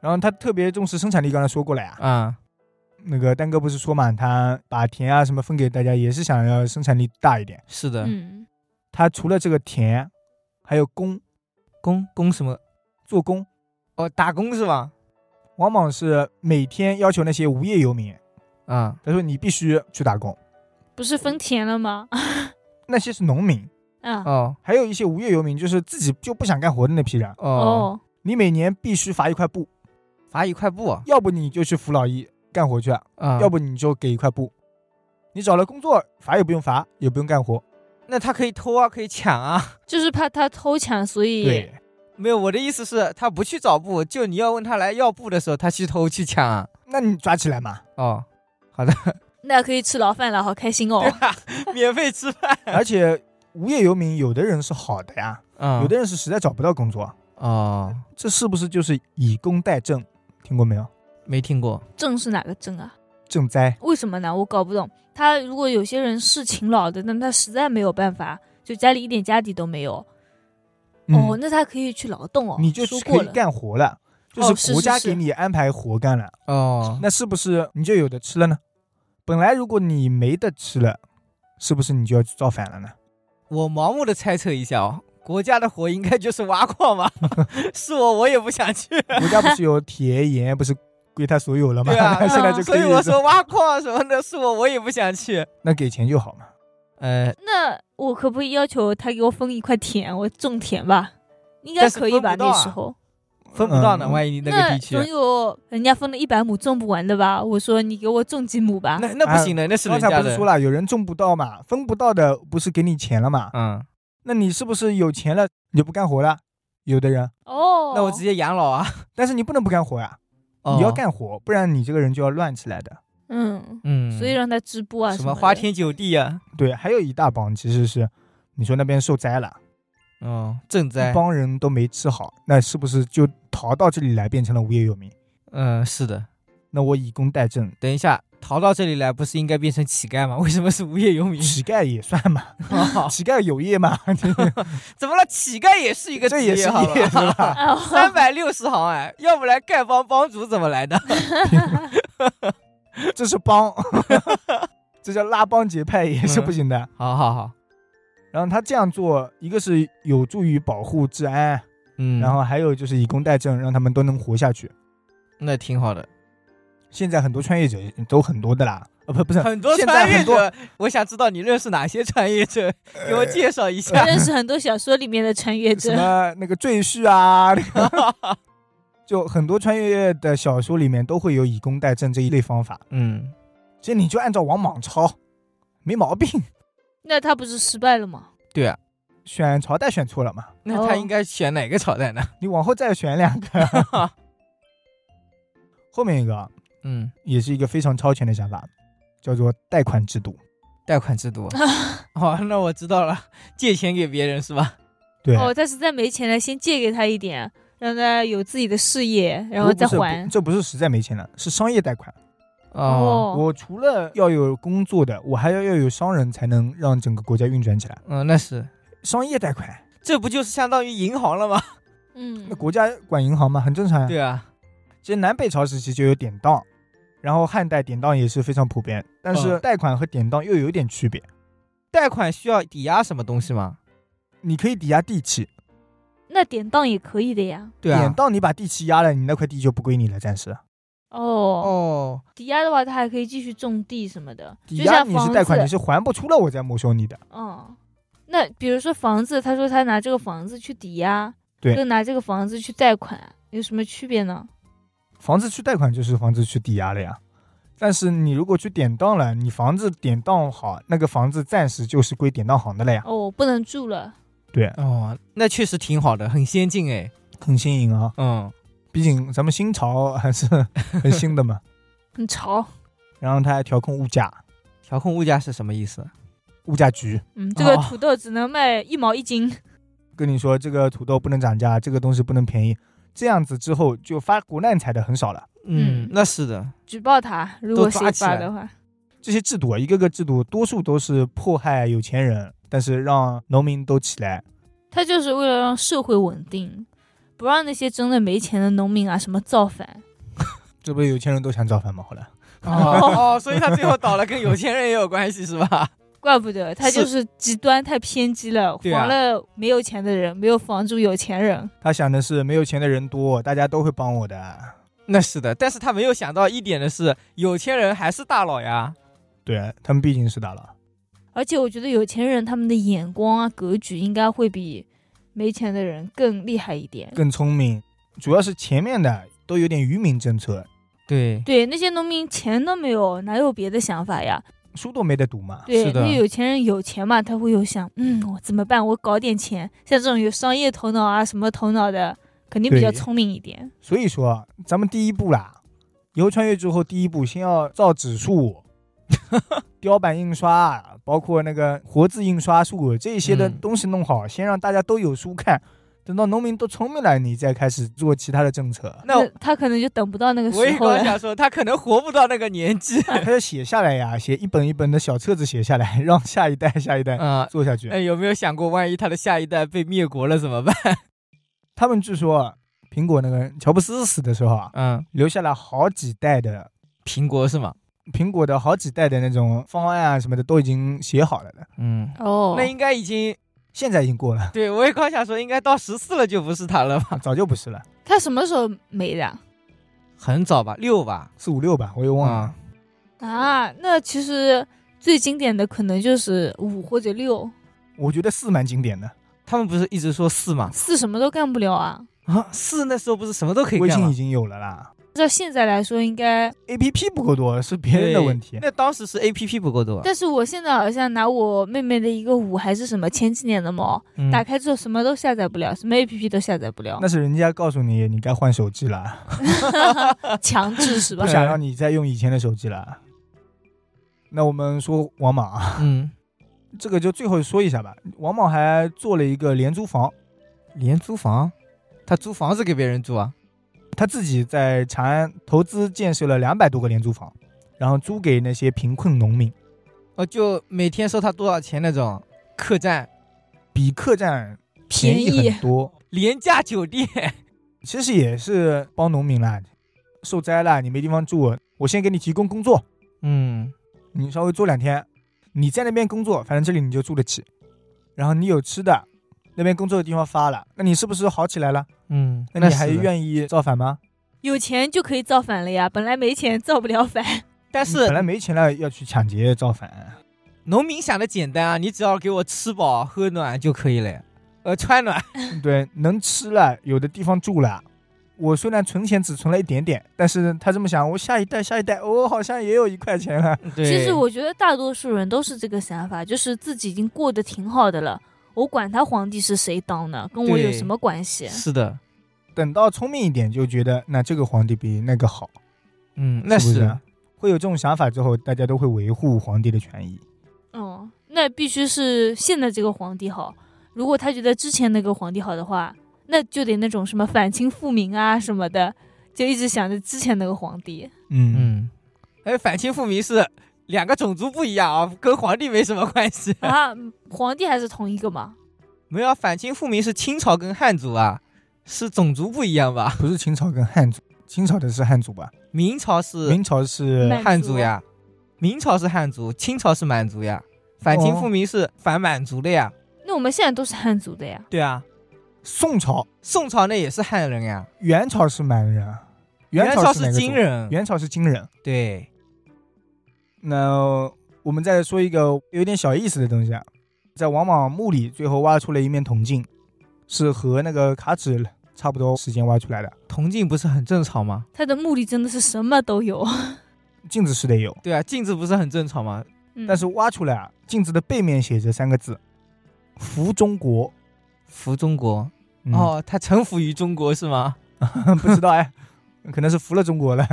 Speaker 1: 然后他特别重视生产力，刚才说过了呀。
Speaker 3: 啊，
Speaker 1: 那个丹哥不是说嘛，他把田啊什么分给大家，也是想要生产力大一点。
Speaker 3: 是的，
Speaker 2: 嗯，
Speaker 1: 他除了这个田，还有工
Speaker 3: 工工什么？
Speaker 1: 做工，
Speaker 3: 哦，打工是吧？
Speaker 1: 往往是每天要求那些无业游民，
Speaker 3: 啊，
Speaker 1: 他说你必须去打工。
Speaker 2: 不是分田了吗？
Speaker 1: 那些是农民，
Speaker 2: 啊，
Speaker 3: 哦
Speaker 1: 还有一些无业游民，就是自己就不想干活的那批人。
Speaker 3: 哦，
Speaker 2: 哦，
Speaker 1: 你每年必须罚一块布，
Speaker 3: 罚一块布啊，
Speaker 1: 要不你就去服老役干活去，
Speaker 3: 啊
Speaker 1: 要不你就给一块布。你找了工作，罚也不用罚，也不用干活。
Speaker 3: 那他可以偷啊，可以抢啊。
Speaker 2: 就是怕他偷抢，所以
Speaker 1: 对，
Speaker 3: 没有，我的意思是，他不去找布，就你要问他来要布的时候，他去偷去抢啊。
Speaker 1: 那你抓起来嘛。
Speaker 3: 哦，
Speaker 2: 那可以吃牢饭了，好开心哦。
Speaker 3: 免费吃饭。
Speaker 1: 而且无业游民有的人是好的呀，
Speaker 3: 嗯
Speaker 1: 有的人是实在找不到工作，
Speaker 3: 哦，
Speaker 1: 这是不是就是以工代政？听过没有？
Speaker 3: 没听过。
Speaker 2: 正是哪个正啊？
Speaker 1: 赈灾。
Speaker 2: 为什么呢？我搞不懂。他如果有些人是勤劳的，那他实在没有办法，就家里一点家底都没有。
Speaker 1: 嗯
Speaker 2: 哦，那他可以去劳动哦。
Speaker 1: 你就
Speaker 2: 说
Speaker 1: 可
Speaker 2: 过
Speaker 1: 以
Speaker 2: 了，
Speaker 1: 干活了，就
Speaker 2: 哦
Speaker 1: 是
Speaker 2: 是
Speaker 1: 国
Speaker 2: 是
Speaker 1: 家
Speaker 2: 是
Speaker 1: 给你安排活干了，
Speaker 3: 哦，
Speaker 1: 那是不是你就有的吃了呢？本来如果你没得吃了，是不是你就要去造反了呢？
Speaker 3: 我盲目的猜测一下哦，国家的活应该就是挖矿吧？ 是我，我也不想 去。
Speaker 1: 国家不是有铁盐，不是归他所有了吗？
Speaker 3: 对啊
Speaker 1: 那 现在就可
Speaker 2: 嗯
Speaker 3: 所
Speaker 1: 以
Speaker 3: 以我说挖矿什么的，是我，我也不想去。
Speaker 1: 那给钱就好嘛。
Speaker 3: 呃，
Speaker 2: 那我可不可以要求他给我分一块田，我种田吧？应该
Speaker 3: 但是
Speaker 2: 可以吧？
Speaker 3: 分不到啊
Speaker 2: 那时候
Speaker 3: 分不到呢，
Speaker 1: 嗯
Speaker 3: 万一那个地区啊
Speaker 2: 总，有人家分了一百亩种不完的吧？我说你给我种几亩吧。
Speaker 3: 那那不行的，那是
Speaker 1: 啊刚
Speaker 3: 人
Speaker 1: 才
Speaker 3: 家
Speaker 1: 不是
Speaker 3: 的
Speaker 1: 说。了，有人种不到嘛，分不到的不是给你钱了嘛？
Speaker 3: 嗯，
Speaker 1: 那你是不是有钱了你就不干活了？有的人，
Speaker 2: 哦，
Speaker 3: 那我直接养老啊。
Speaker 1: 但是你不能不干活呀、
Speaker 3: 哦
Speaker 1: 你要，干活，不然你这个人就要乱起来的。
Speaker 2: 嗯，
Speaker 3: 嗯，
Speaker 2: 所以让他直播啊
Speaker 3: 什
Speaker 2: 么
Speaker 3: 么
Speaker 2: 的
Speaker 3: 花天酒地啊，
Speaker 1: 对，还有一大帮其实是，你说那边受灾了，
Speaker 3: 哦，赈
Speaker 1: 一
Speaker 3: 灾，
Speaker 1: 帮人都没吃好，那是不是就逃到这里来变成了无业游民？
Speaker 3: 嗯，是的。
Speaker 1: 那我以工代政，
Speaker 3: 等一下，逃到这里来不是应该变成乞丐吗？ 为什么是无业游民？
Speaker 1: 乞丐也算嘛？
Speaker 3: 哦
Speaker 1: 乞丐有业 嘛？
Speaker 3: 怎么了？乞丐也是一个
Speaker 1: 这也是
Speaker 3: 职业好吧
Speaker 1: 业是吧？
Speaker 2: 啊，
Speaker 3: 三百六十行哎，要不然丐帮帮主怎么来 的？
Speaker 1: 这是 帮，这叫拉帮结派也是
Speaker 3: 嗯
Speaker 1: 不行的。
Speaker 3: 好好好，
Speaker 1: 然后他这样做，一个是有助于保护治安，
Speaker 3: 嗯
Speaker 1: 然后还有就是以工代政，让他们都能活下去。
Speaker 3: 那挺好的，
Speaker 1: 现在很多穿越者都很多的啦，呃，不不是
Speaker 3: 很多
Speaker 1: 现
Speaker 3: 穿
Speaker 1: 在
Speaker 3: 越
Speaker 1: 很多呃
Speaker 3: 者，我想知道你认识哪些穿越者，给我介绍 一下。
Speaker 2: 认识很多小说里面的穿越
Speaker 1: 什
Speaker 2: 者，
Speaker 1: 么那个赘婿 啊，那个就很多穿越的小说里面都会有以工代政这一类方法，
Speaker 3: 嗯，
Speaker 1: 这你就按照王莽抄，没毛病。
Speaker 2: 那他不是失败了吗？
Speaker 3: 对啊，
Speaker 1: 选朝代选错了嘛，
Speaker 3: 那他
Speaker 2: 哦
Speaker 3: 应该选哪个朝代呢？
Speaker 1: 你往后再选两个。 后面一个啊
Speaker 3: 嗯，
Speaker 1: 也是一个非常超前的想法，叫做贷款制度。
Speaker 3: 贷款制度。 哦，那我知道了，借钱给别人是吧？
Speaker 1: 对，
Speaker 2: 哦，他实在没钱了，先借给他一点，让他有自己的事业，然后
Speaker 1: 不
Speaker 2: 再
Speaker 1: 是不
Speaker 2: 还。
Speaker 1: 这不是实在没钱了，是商业贷款。
Speaker 3: 哦，
Speaker 1: 我除了要有工作的，我还要要有商人才能让整个国家运转起来。
Speaker 3: 嗯，那是，
Speaker 1: 商业贷款，
Speaker 3: 这不就是相当于银行 了吗？
Speaker 2: 嗯
Speaker 1: 那，国家管银行嘛，很正常呀、
Speaker 3: 对啊，
Speaker 1: 其实南北朝时期就有典当，然后汉代典当也是非常普遍，但是
Speaker 3: 嗯
Speaker 1: 贷款和典当又有一点区别。
Speaker 3: 贷款需要抵押什么东西吗？
Speaker 1: 你可以抵押地契，
Speaker 2: 那典当也可以的呀。
Speaker 3: 对
Speaker 1: 典
Speaker 3: 啊。
Speaker 1: 当你把地契押了，你那块地就不归你了，暂时。
Speaker 2: 哦，
Speaker 3: 哦，
Speaker 2: 抵押的话，他还可以继续种地什么的，
Speaker 1: 抵
Speaker 2: 就
Speaker 1: 押
Speaker 2: 像
Speaker 1: 你
Speaker 2: 房
Speaker 1: 是
Speaker 2: 子。
Speaker 1: 贷款，你是还不出了，我再没收你的。
Speaker 2: 嗯，那比如说房子，他说他拿这个房子去抵押，
Speaker 1: 对
Speaker 2: 跟拿这个房子去贷款有什么区别呢？
Speaker 1: 房子去贷款就是房子去抵押了呀。但是你如果去典当了，你房子典当好，那个房子暂时就是归典当行的了呀。
Speaker 2: 哦，我不能住了。
Speaker 1: 对，
Speaker 3: 哦，那确实挺好的，很先进哎。
Speaker 1: 很新颖啊，
Speaker 3: 嗯，
Speaker 1: 毕竟咱们新潮还是 很新的嘛。
Speaker 2: 很潮，
Speaker 1: 然后他还调控物价，
Speaker 3: 调控物价是什么意思？
Speaker 1: 物价局
Speaker 2: 嗯，这个
Speaker 3: 哦
Speaker 2: 土豆只能卖一毛一斤，
Speaker 1: 跟你说这个土豆不能涨价，这个东西不能便宜，这样子之后就发国难财的很少了。
Speaker 2: 嗯
Speaker 3: 那是的。
Speaker 2: 举报他，如果
Speaker 3: 都抓
Speaker 2: 谁
Speaker 3: 起
Speaker 2: 发
Speaker 3: 来
Speaker 2: 的话，
Speaker 1: 这些制度啊，一个个制度，多数都是迫害有钱人，但是让农民都起来。
Speaker 2: 他就是为了让社会稳定，不让那些真的没钱的农民啊什么造反。
Speaker 1: 这不是有钱人都想造反吗？后来，
Speaker 3: 哦哦，所以他最后倒了，跟有钱人也有关系是吧？
Speaker 2: 怪不得他就是是极端太偏激了，
Speaker 3: 对啊
Speaker 2: 防了没有钱的人，没有防住有钱人。
Speaker 1: 他想的是没有钱的人多，大家都会帮我的。
Speaker 3: 那是的，但是他没有想到一点的是，有钱人还是大佬呀。
Speaker 1: 对他们毕竟是大佬，
Speaker 2: 而且我觉得有钱人他们的眼光啊、格局应该会比没钱的人更厉害一点。
Speaker 1: 更聪明，主要是前面的都有点愚民政策，
Speaker 3: 对，
Speaker 2: 对，那些农民钱都没有，哪有别的想法呀？
Speaker 1: 书都没得读嘛。
Speaker 2: 对，
Speaker 3: 是的
Speaker 2: 那有钱人有钱嘛，他会有想，嗯，我怎么办？我搞点钱。像这种有商业头脑啊、什么头脑的，肯定比较
Speaker 1: 对
Speaker 2: 聪明一点。
Speaker 1: 所以说，咱们第一步啦，以后穿越之后，第一步先要造纸术、雕版印刷，啊包括那个活字印刷术这些的
Speaker 3: 嗯。
Speaker 1: 东西弄好，先让大家都有书看。等到农民都聪明了，你再开始做其他的政策
Speaker 3: 那
Speaker 2: 他可能就等不到那个
Speaker 3: 我也
Speaker 2: 时候
Speaker 3: 刚
Speaker 2: 了。
Speaker 3: 想说，他可能活不到那个年纪。
Speaker 1: 他要写下来呀，写一本一本的小册子写下来， 让下一代下 一代
Speaker 3: 啊、
Speaker 1: 做下去。
Speaker 3: 那有没有想过，万一他的下一代被灭国了怎么办？
Speaker 1: 他们据说苹果那个乔布斯死的时候啊，
Speaker 3: 嗯，
Speaker 1: 留下了好几代的
Speaker 3: 苹果是吗？
Speaker 1: 苹果的好几代的那种方案啊什么的都已经写好了的，
Speaker 3: 嗯，
Speaker 2: 哦
Speaker 3: 那应该已经
Speaker 1: 现在已经过了，
Speaker 3: 对我也刚想说，应该到十四了就不是他了吧？
Speaker 1: 啊早就不是了，
Speaker 2: 他什么时候没的啊
Speaker 3: 很早吧，六吧？
Speaker 1: 四五六吧，我也忘了。
Speaker 3: 啊
Speaker 2: 啊？那其实最经典的可能就是五或者六，
Speaker 1: 我觉得四蛮经典的，
Speaker 3: 他们不是一直说四吗？
Speaker 2: 四什么都干不了啊。
Speaker 3: 啊，四那时候不是什么都可以
Speaker 1: 微
Speaker 3: 干
Speaker 1: 信
Speaker 3: 吗
Speaker 1: 已？经有了啦
Speaker 2: 照现在来说，应该，
Speaker 1: ，A P P 不够多是别人的问题
Speaker 3: 对。那当时是 A P P 不够多，啊
Speaker 2: 但是我现在好像拿我妹妹的一个五还是什么前几年的嘛，
Speaker 3: 嗯
Speaker 2: 打开之后什么都下载不了，什么 A P P 都下载不了
Speaker 1: 那，是人家告诉你你该换手机了，
Speaker 2: 强制是吧
Speaker 1: 不？想让你再用以前的手机了。那我们说王莽啊，
Speaker 3: 嗯，
Speaker 1: 这个就最后说一下吧。王莽还做了一个廉租房，
Speaker 3: 廉租房，他租房子给别人住啊？
Speaker 1: 他自己在长安投资建设了两百多个廉租房，然后租给那些贫困农民，
Speaker 3: 哦，就每天收他多少钱那种客栈
Speaker 1: 比客栈便
Speaker 2: 便宜
Speaker 1: 很多。
Speaker 3: 廉价酒店，
Speaker 1: 其实也是帮农民啦，受灾啦，你没地方住，我先给你提供工作，
Speaker 3: 嗯，
Speaker 1: 你稍微做两天，你在那边工作，反正这里你就住得起，然后你有吃的，那边工作的地方发了，那你是不是好起来了？
Speaker 3: 嗯，
Speaker 1: 那你还
Speaker 3: 是的
Speaker 1: 愿意造反吗？
Speaker 2: 有钱就可以造反了呀，本来没钱造不了反。
Speaker 3: 但
Speaker 1: 你本来
Speaker 3: 是
Speaker 1: 没钱了，要去抢劫造反，
Speaker 3: 农民想的简单啊，你只要给我吃饱喝暖就可以了，呃，穿暖。
Speaker 1: 对，能吃了，有的地方住了。我虽然存钱只存了一点点，但是他这么想，我下一代下一代，我、好像也有一块钱了。
Speaker 3: 对
Speaker 2: 其实我觉得大多数人都是这个想法，就是自己已经过得挺好的了，我管他皇帝是谁当的，跟我有
Speaker 3: 对
Speaker 2: 什么关系？
Speaker 3: 是的，
Speaker 1: 等到聪明一点，就觉得那这个皇帝比那个好，
Speaker 3: 嗯，那
Speaker 1: 是不是会有这种想法之后，大家都会维护皇帝的权益。
Speaker 2: 嗯，那必须是现在这个皇帝好。如果他觉得之前那个皇帝好的话，那就得那种什么反清复明啊什么的，就一直想着之前那个 皇帝。
Speaker 1: 嗯，
Speaker 3: 嗯，哎，反清复明是两个种族不一样啊，跟皇帝没什么关系。
Speaker 2: 啊，皇帝还是同一个嘛？
Speaker 3: 没有啊，反清复明是清朝跟汉族啊，是种族不一样吧？
Speaker 1: 不是清朝跟汉族，清朝的是汉族吧？
Speaker 3: 明朝是
Speaker 1: 明朝是
Speaker 2: 满
Speaker 3: 汉
Speaker 2: 族啊
Speaker 3: 族呀，明朝是汉族，清朝是满族呀，反清复明是反满族的呀。
Speaker 2: 那我们现在都是汉族的呀。
Speaker 3: 对啊，
Speaker 1: 宋朝，
Speaker 3: 宋朝那也是汉人呀，
Speaker 1: 元朝是满人，
Speaker 3: 元
Speaker 1: 朝哪
Speaker 3: 是
Speaker 1: 个
Speaker 3: 金
Speaker 1: 族，
Speaker 3: 人。
Speaker 1: 元朝是金人。
Speaker 3: 对，
Speaker 1: 那我们再说一个有点小意思的东西啊，在王莽墓里最后挖出了一面铜镜，是和那个卡尺差不多时间挖出来的，
Speaker 3: 铜镜不是很正常吗？
Speaker 2: 他的墓里真的是什么都有。
Speaker 1: 镜子是得有，
Speaker 3: 对啊，镜子不是很正常吗？
Speaker 2: 嗯
Speaker 1: 但是挖出来啊，镜子的背面写着三个字“服中国
Speaker 3: 服中国、”
Speaker 1: 嗯。
Speaker 3: 哦，他臣服于中国是吗？
Speaker 1: 不知道哎， 可能是服了中国了。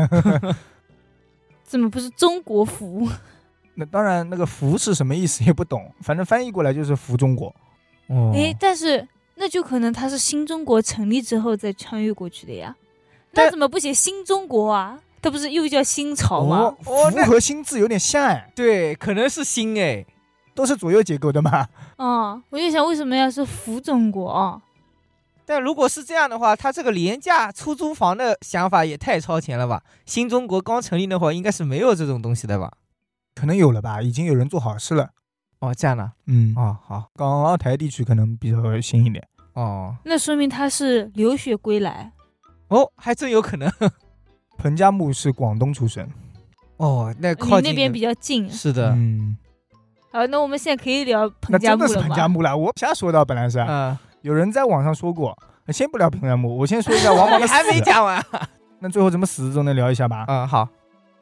Speaker 2: 怎么不是中国服？
Speaker 1: 那当然，那个“服”是什么意思也不懂， 反正翻译过来就是服中国。
Speaker 3: 哦，
Speaker 2: 诶，但是那就可能他是新中国成立之后再穿越过去的呀。
Speaker 3: 但
Speaker 2: 那怎么不写新中国啊？它不是又叫新朝吗？
Speaker 1: 哦，
Speaker 3: 哦
Speaker 1: 符
Speaker 3: 那
Speaker 1: 和心字有点像哎，
Speaker 3: 对，可能是心哎，
Speaker 1: 都是左右结构的嘛。
Speaker 2: 哦，我就想为什么要是服中国啊？
Speaker 3: 但如果是这样的话，他这个廉价出租房的想法也太超前了吧？新中国刚成立那会儿，应该是没有这种东西的吧？
Speaker 1: 可能有了吧，已经有人做好事了。
Speaker 3: 哦，这样的、
Speaker 1: 嗯，
Speaker 3: 哦，好，
Speaker 1: 港澳台地区可能比较新一点。
Speaker 3: 哦，
Speaker 2: 那说明他是留学归来。
Speaker 3: 哦，还真有可能。
Speaker 1: 彭加木是广东出身，
Speaker 3: 哦，那
Speaker 2: 离
Speaker 3: 靠近
Speaker 2: 那边比较近，
Speaker 3: 是的，嗯、
Speaker 1: 嗯，
Speaker 2: 好，那我们现在可以聊彭
Speaker 1: 那
Speaker 2: 加
Speaker 1: 真
Speaker 2: 木
Speaker 1: 的是
Speaker 2: 了
Speaker 1: 彭加
Speaker 2: 吗？
Speaker 1: 木了。我瞎说的，本来
Speaker 3: 嗯
Speaker 1: 是
Speaker 3: 啊
Speaker 1: 有人在网上说过，呃先不聊彭加木，我先说 一下王莽
Speaker 3: 你
Speaker 1: 的死。
Speaker 3: 还没讲 完。啊
Speaker 1: 那最后怎么死总能聊一下吧？
Speaker 3: 嗯，好，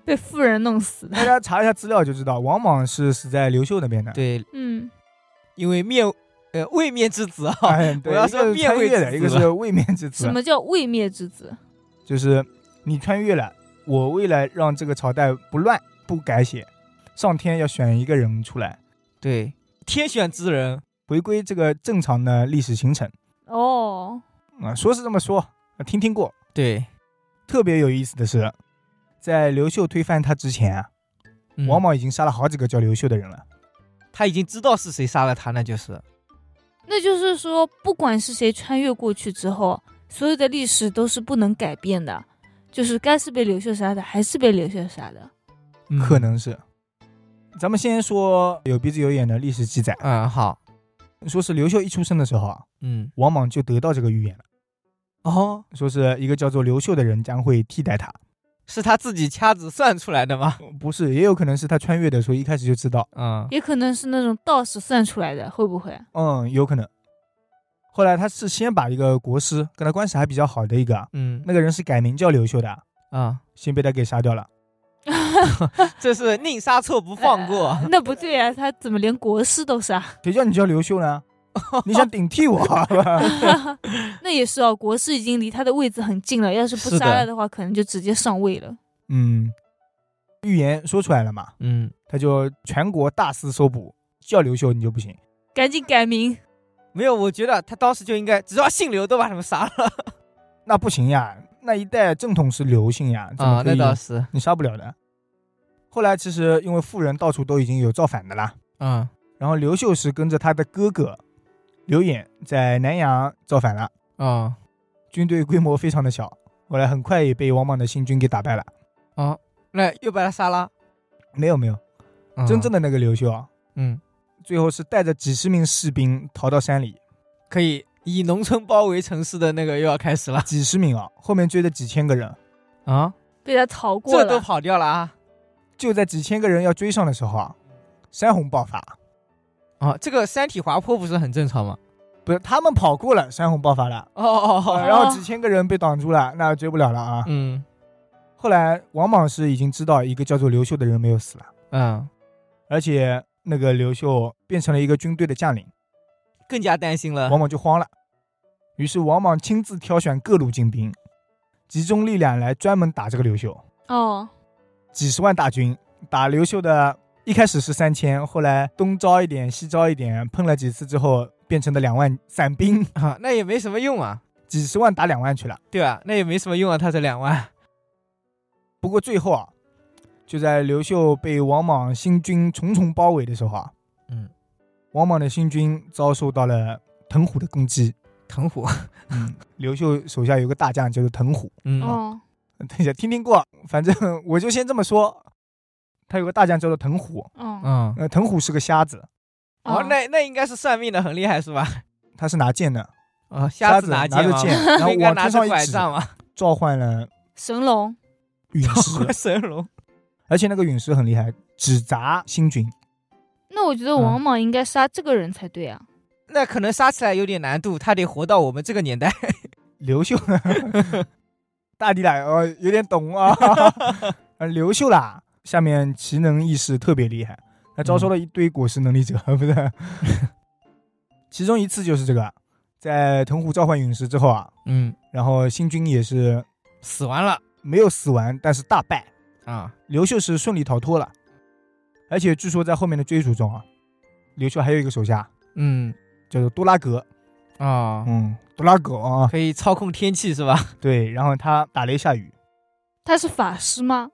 Speaker 2: 被富人弄死的。
Speaker 1: 大家查一下资料就知道，王莽是死在刘秀那边的。
Speaker 3: 对，
Speaker 2: 嗯，
Speaker 3: 因为面呃位面之子啊，
Speaker 1: 哎，对，
Speaker 3: 我要
Speaker 1: 一个
Speaker 3: 说
Speaker 1: 是
Speaker 3: 面
Speaker 1: 穿
Speaker 3: 位
Speaker 1: 越
Speaker 3: 之
Speaker 1: 的，一
Speaker 3: 子
Speaker 1: 个
Speaker 3: 了
Speaker 1: 是位面之
Speaker 2: 什
Speaker 1: 子，
Speaker 2: 么叫位灭之子？
Speaker 1: 就是你穿越了，我为了让这个朝代不乱不改写，上天要选一个人出来，
Speaker 3: 对，天选之人，
Speaker 1: 回归这个正常的历史行程
Speaker 2: 哦，
Speaker 1: 啊、说是这么说，啊听听过。
Speaker 3: 对，
Speaker 1: 特别有意思的是，在刘秀推翻他之前啊，
Speaker 3: 嗯
Speaker 1: 王莽已经杀了好几个叫刘秀的人了。
Speaker 3: 他已经知道是谁杀了他，那就是
Speaker 2: 那就是说，不管是谁穿越过去之后，所有的历史都是不能改变的，就是该是被刘秀杀的，还是被刘秀杀的。
Speaker 3: 嗯
Speaker 1: 可能是。咱们先说有鼻子有眼的历史记载，
Speaker 3: 嗯，好，
Speaker 1: 说是刘秀一出生的时候啊，
Speaker 3: 嗯，
Speaker 1: 王莽就得到这个预言了，
Speaker 3: 哦，
Speaker 1: 说是一个叫做刘秀的人将会替代他。
Speaker 3: 是他自己掐指算出来的吗？
Speaker 1: 呃不是，也有可能是他穿越的时候一开始就知道，
Speaker 3: 嗯，
Speaker 2: 也可能是那种道士算出来的，会不会？
Speaker 1: 嗯，有可能。后来他是先把一个国师跟他关系还比较好的一个啊，
Speaker 3: 嗯，
Speaker 1: 那个人是改名叫刘秀的啊，
Speaker 3: 啊、
Speaker 1: 先被他给杀掉了。
Speaker 3: 这是宁杀错不放过。
Speaker 2: 那不对啊，他怎么连国师都杀？
Speaker 1: 谁叫你叫刘秀呢？ 你想顶替我？啊
Speaker 2: 那也是哦，国师已经离他的位置很近了，要是不
Speaker 3: 是的
Speaker 2: 杀了的话，可能就直接上位了。
Speaker 1: 嗯，预言说出来了嘛，
Speaker 3: 嗯，
Speaker 1: 他就全国大肆搜捕，叫刘秀你就不行。
Speaker 2: 赶紧改名，
Speaker 3: 没有，我觉得他当时就应该，只要姓刘都把他们杀 了
Speaker 1: 那不行呀，那一代正统是刘姓呀，怎么可
Speaker 3: 啊那
Speaker 1: 以？
Speaker 3: 倒是，
Speaker 1: 你杀不了的。后来其实因为富人到处都已经有造反的啦，
Speaker 3: 嗯
Speaker 1: 然后刘秀是跟着他的哥哥刘演在南阳造反了，
Speaker 3: 嗯
Speaker 1: 军队规模非常的小，后来很快也被王莽的新军给打败了。
Speaker 3: 哦，那又把他杀了。
Speaker 1: 没有没有，真正的
Speaker 3: 的，
Speaker 1: 那个刘秀啊，
Speaker 3: 嗯，
Speaker 1: 最后是带着几十名士兵逃到山里，
Speaker 3: 可以以农村包围城市的那个又要开始了
Speaker 1: 几十名啊，后面追着几千个人，
Speaker 3: 啊，
Speaker 2: 被他逃过
Speaker 3: 这都
Speaker 2: 了。
Speaker 3: 跑掉了啊。
Speaker 1: 就在几千个人要追上的时候啊，山洪爆发，
Speaker 3: 啊，这个山体滑坡不是很正常吗？
Speaker 1: 不是他们跑过了，山洪爆发了，
Speaker 3: 哦哦哦，
Speaker 1: 然后几千个人被挡住了，那追不了了啊。
Speaker 3: 嗯
Speaker 1: 后来王莽是已经知道一个叫做刘秀的人没有死了，
Speaker 3: 嗯，
Speaker 1: 而且那个刘秀变成了一个军队的将领，
Speaker 3: 更加担心了
Speaker 1: 王。莽就慌了。于是王莽亲自挑选各路精兵，集中力量来专门打这个刘秀，
Speaker 2: 哦，
Speaker 1: 几十万大军打刘秀的。一开始是三千，后来东招一点，西招一点，碰了几次之后，变成了两万散兵，
Speaker 3: 啊，那也没什么用啊，
Speaker 1: 几十万打两万去了。
Speaker 3: 对吧、那也没什么用啊，他这两万。
Speaker 1: 不过最后啊，就在刘秀被王莽新军重重包围的时候啊，
Speaker 3: 嗯，
Speaker 1: 王莽的新军遭受到了腾虎的攻击。
Speaker 3: 腾虎，
Speaker 1: 嗯，刘秀手下有个大将叫做腾虎，
Speaker 3: 嗯，
Speaker 2: 哦，
Speaker 1: 等一下听听过，反正我就先这么说。他有个大将叫做腾虎，
Speaker 2: 哦，
Speaker 3: 嗯，
Speaker 1: 呃，腾虎是个瞎子，
Speaker 3: 哦，那那应该是算命的很厉害是吧？
Speaker 1: 他是拿剑的，
Speaker 3: 哦，
Speaker 1: 瞎
Speaker 3: 瞎
Speaker 1: 子
Speaker 3: 拿
Speaker 1: 拿着
Speaker 3: 吗？
Speaker 1: 剑，然
Speaker 3: 不
Speaker 1: 后
Speaker 3: 应该
Speaker 1: 往
Speaker 3: 拿
Speaker 1: 天
Speaker 3: 着
Speaker 1: 上
Speaker 3: 拐
Speaker 1: 一指，
Speaker 3: 杖吗？
Speaker 1: 召唤了
Speaker 2: 神龙，
Speaker 1: 陨 石，
Speaker 3: 神龙，
Speaker 1: 而且那个陨石很厉害，只砸新军。
Speaker 2: 那我觉得王莽应该杀这个人才对啊。
Speaker 3: 那可能杀起来有点难度，他得活到我们这个 年代。
Speaker 1: 刘秀， 大地啦，哦，有点懂啊。呃刘秀啦，下面奇能异士特别厉害，他招
Speaker 3: 嗯
Speaker 1: 收了一堆果实能力者，不是？ 其中一次就是这个，在腾虎召唤陨石之后啊，
Speaker 3: 嗯，
Speaker 1: 然后新军也是
Speaker 3: 死完了
Speaker 1: 没有死完，但是大败，
Speaker 3: 啊，
Speaker 1: 刘秀是顺利逃脱了。而且据说在后面的追逐中啊，刘秀还有一个手下
Speaker 3: 嗯
Speaker 1: 叫做多拉格，
Speaker 3: 啊，
Speaker 1: 嗯，多拉格啊，
Speaker 3: 可以操控天气是吧？
Speaker 1: 对，然后他打雷下雨，
Speaker 2: 他是法师吗？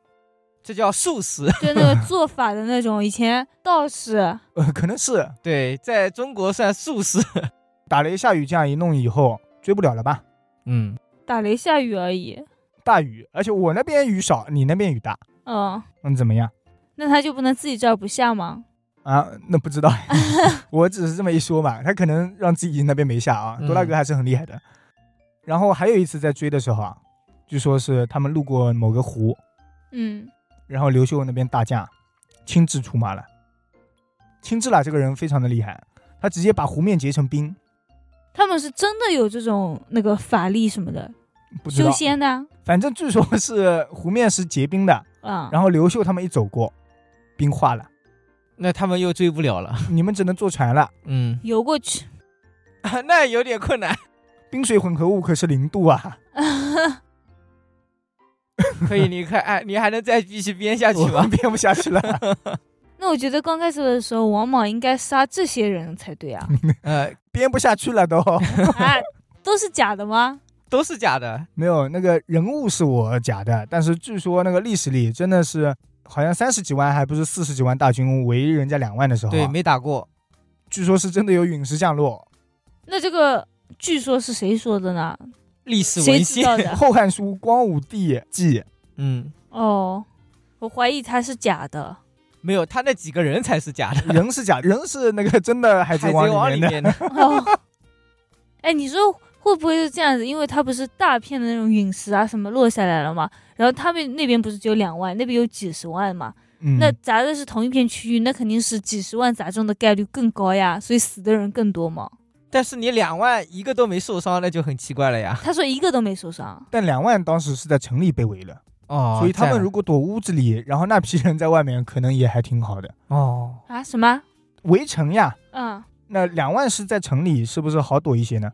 Speaker 3: 这叫术士。
Speaker 2: 就那个做法的那种，以前道士。
Speaker 1: 呃，可能是
Speaker 3: 对，在中国算 术士。
Speaker 1: 打雷下雨这样一弄以后追不了了吧？
Speaker 3: 嗯，
Speaker 2: 打雷下雨而已。
Speaker 1: 大雨，而且我那边雨少，你那边雨大，
Speaker 2: 嗯，
Speaker 1: 嗯，怎么样
Speaker 2: 那他就不能自己这儿不下吗？
Speaker 1: 啊？那不知道， 我只是这么一说嘛。他可能让自己那边没下啊。
Speaker 3: 嗯
Speaker 1: 多拉格还是很厉害的。然后还有一次在追的时候啊，据说是他们路过某个湖，
Speaker 2: 嗯，
Speaker 1: 然后刘秀那边大将亲自出马了。亲自啦，这个人非常的厉害，他直接把湖面结成冰，
Speaker 2: 他们是真的有这种那个法力什么的，
Speaker 1: 不知
Speaker 2: 修
Speaker 1: 道，
Speaker 2: 仙的啊
Speaker 1: 反正据说是湖面是结冰的。
Speaker 2: 啊。
Speaker 1: 然后刘秀他们一走过，冰化了，
Speaker 3: 那他们又追不了了。
Speaker 1: 你们只能坐船了。
Speaker 3: 嗯，
Speaker 2: 游过去，
Speaker 3: 那有点困难。
Speaker 1: 冰水混合物可是零度啊！
Speaker 3: 可以，你看，哎，你还能再继续编下去
Speaker 1: 我
Speaker 3: 吗？
Speaker 1: 编不下去了。
Speaker 2: 那我觉得刚开始的时候，王莽应该杀这些人才对 啊！
Speaker 3: 呃，
Speaker 1: 编不下去了都。
Speaker 2: 啊，都是假的吗？
Speaker 3: 都是假的。
Speaker 1: 没有那个人物是我假的，但是据说那个历史里真的是好像三十几万还不是四十几万大军围人家两万的时候啊、
Speaker 3: 对，没打过。
Speaker 1: 据说是真的有陨石降落，
Speaker 2: 那这个据说是谁说的呢？
Speaker 3: 历史
Speaker 2: 谁
Speaker 3: 文
Speaker 2: 知
Speaker 3: 献。
Speaker 2: 道
Speaker 1: 《
Speaker 2: 的？
Speaker 1: 后汉书·光武帝纪》
Speaker 3: 嗯，
Speaker 2: 哦，我怀疑他是假的。
Speaker 3: 没有，他那几个人才是假的。
Speaker 1: 人是假，人是那个真的《海
Speaker 3: 海
Speaker 1: 贼
Speaker 3: 贼
Speaker 1: 王》
Speaker 3: 王
Speaker 1: 里
Speaker 3: 里
Speaker 1: 面的。
Speaker 3: 面的。
Speaker 2: 哦， 哎，你说会不会是这样子？因为它不是大片的那种陨石啊什么落下来了嘛，然后他们那边不是只有两万，那边有几十万嘛，
Speaker 1: 嗯，
Speaker 2: 那砸的是同一片区域，那肯定是几十万砸中的概率更高呀，所以死的人更多嘛。
Speaker 3: 但是你两万一个都没受伤，那就很奇怪了呀。
Speaker 2: 他说一个都没受伤，
Speaker 1: 但两万当时是在城里被围了，
Speaker 3: 哦
Speaker 1: 所以他们如果躲屋子里，然后那批人在外面，可能也还挺好的。
Speaker 3: 哦，
Speaker 2: 啊什么？
Speaker 1: 围城呀，
Speaker 2: 嗯，
Speaker 1: 那两万是在城里，是不是好躲一些呢？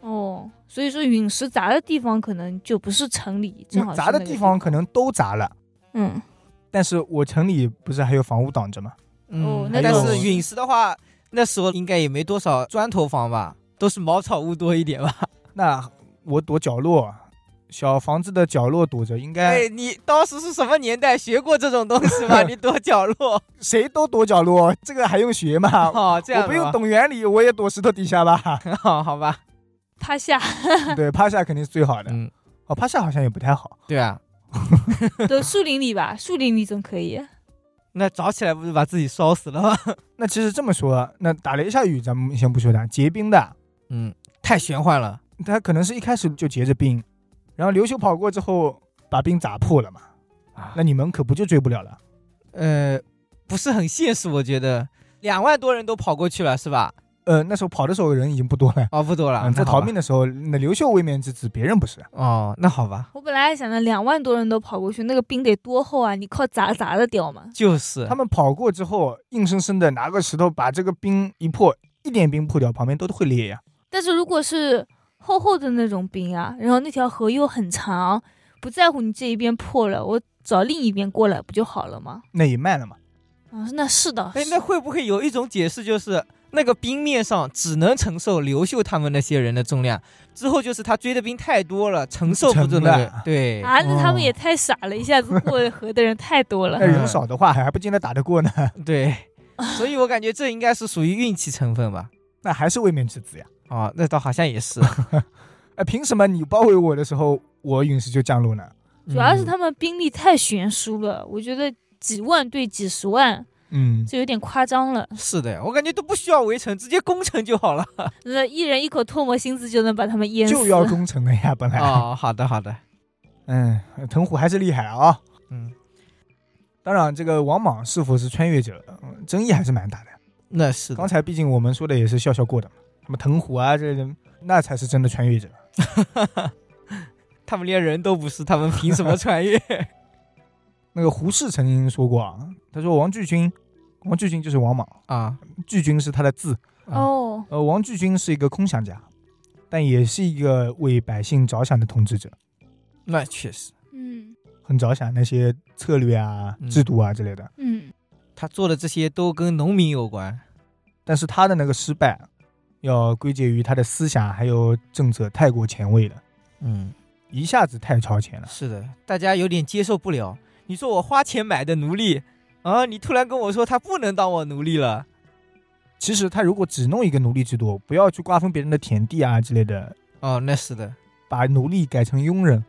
Speaker 2: 哦，所以说陨石砸的地方可能就不是城里，正好是
Speaker 1: 砸的
Speaker 2: 那个
Speaker 1: 地方可能都砸了，
Speaker 2: 嗯，
Speaker 1: 但是我城里不是还有房屋挡着吗？
Speaker 2: 哦
Speaker 1: 那
Speaker 3: 嗯但
Speaker 1: 种
Speaker 3: 是陨石的话，那时候应该也没多少砖头房吧，都是茅草屋多一点吧。
Speaker 1: 那我躲角落，小房子的角落躲着，应该
Speaker 3: 哎，你当时是什么年代学过这种东 西吗？你躲角落
Speaker 1: 谁都躲角落，这个还用学吗？
Speaker 3: 哦， 这样
Speaker 1: 啊我不用懂原理，我也躲石头底下 吧。
Speaker 3: 懂，好吧？
Speaker 2: 趴下
Speaker 1: 对，趴下肯定是最好的。
Speaker 3: 嗯，
Speaker 1: 哦，趴下好像也不太好。
Speaker 3: 对啊，
Speaker 2: 的树林里吧，树林里总可以。
Speaker 3: 那找起来不是把自己烧死了吗？
Speaker 1: 那其实这么说，那打雷下雨咱们先不说它，结冰的，
Speaker 3: 嗯，太玄幻了。
Speaker 1: 它可能是一开始就结着冰，然后刘秀跑过之后把冰砸破了嘛，
Speaker 3: 啊
Speaker 1: 那你们可不就追不了了？
Speaker 3: 呃，不是很现实，我觉得两万多人都跑过去了，是吧？
Speaker 1: 呃，那时候跑的时候人已经不多了。
Speaker 3: 哦，不多了，
Speaker 1: 嗯，在
Speaker 3: 那好吧
Speaker 1: 逃命的时候，那刘秀卫冕之子，别人不是。
Speaker 3: 哦，那好吧，
Speaker 2: 我本来还想着两万多人都跑过去，那个冰得多厚啊！你靠砸砸得掉吗？
Speaker 3: 就是
Speaker 1: 他们跑过之后，硬生生的拿个石头把这个冰一破，一点冰破掉，旁边都会裂呀、
Speaker 2: 但是如果是厚厚的那种冰啊，然后那条河又很长，不在乎你这一边破了，我找另一边过来不就好了吗？
Speaker 1: 那也慢了嘛。
Speaker 2: 啊，那是的，
Speaker 3: 哎，
Speaker 2: 是
Speaker 3: 那会不会有一种解释，就是那个冰面上只能承受刘秀他们那些人的重量，之后就是他追的兵太多了，承受不住那
Speaker 1: 沉
Speaker 3: 个
Speaker 1: 了。
Speaker 3: 对，
Speaker 2: 啊，那他
Speaker 1: 哦嗯
Speaker 2: 们也太傻了，一下子过河的人太多
Speaker 1: 那
Speaker 2: 了。
Speaker 1: 人少的话，还不见得打得过呢。
Speaker 3: 对，所以我感觉这应该是属于运气成分吧。
Speaker 1: 那还是卫冕之子呀。
Speaker 3: 哦，那倒好像也是，
Speaker 1: 哎，凭什么你包围我的时候，我陨石就降落呢？
Speaker 2: 主要是
Speaker 3: 嗯
Speaker 2: 他们兵力太悬殊了，我觉得几万对几十万，
Speaker 1: 嗯，
Speaker 2: 这有点夸张了。
Speaker 3: 是的，我感觉都不需要围城，直接攻城就好了。
Speaker 2: 那一人一口唾沫星子就能把他们淹死。
Speaker 1: 就要攻城了呀，本来。
Speaker 3: 哦，好的好的，
Speaker 1: 嗯，藤虎还是厉害啊。
Speaker 3: 嗯，
Speaker 1: 当然，这个王莽是否是穿越者，嗯争议还是蛮大的。
Speaker 3: 那是的
Speaker 1: 刚。才毕竟我们说的也是笑笑过的嘛，什么藤虎啊这些人，那才是真的穿越者。
Speaker 3: 他们连人都不是，他们凭什么穿越？
Speaker 1: 那个胡适曾经说过啊，他说王巨军，王巨军就是王莽，
Speaker 3: 啊？
Speaker 1: 巨军是他的字，
Speaker 2: 哦，
Speaker 1: 呃，王巨军是一个空想家，但也是一个为百姓着想的统治者，
Speaker 3: 那确实，
Speaker 2: 嗯
Speaker 1: 很着想那些策略啊
Speaker 3: 嗯、
Speaker 1: 制度啊之类的。
Speaker 2: 嗯，
Speaker 3: 他做的这些都跟农民有关。
Speaker 1: 但是他的那个失败，要归结于他的思想还有政策太过前卫了，
Speaker 3: 嗯，
Speaker 1: 一下子太超前了。
Speaker 3: 是的，大家有点接受不了。你说我花钱买的奴隶啊，你突然跟我说他不能当我奴隶了，
Speaker 1: 其实他如果只弄一个奴隶制度，不要去瓜分别人的田地啊之类的，
Speaker 3: 哦，那是的，
Speaker 1: 把奴隶改成佣人，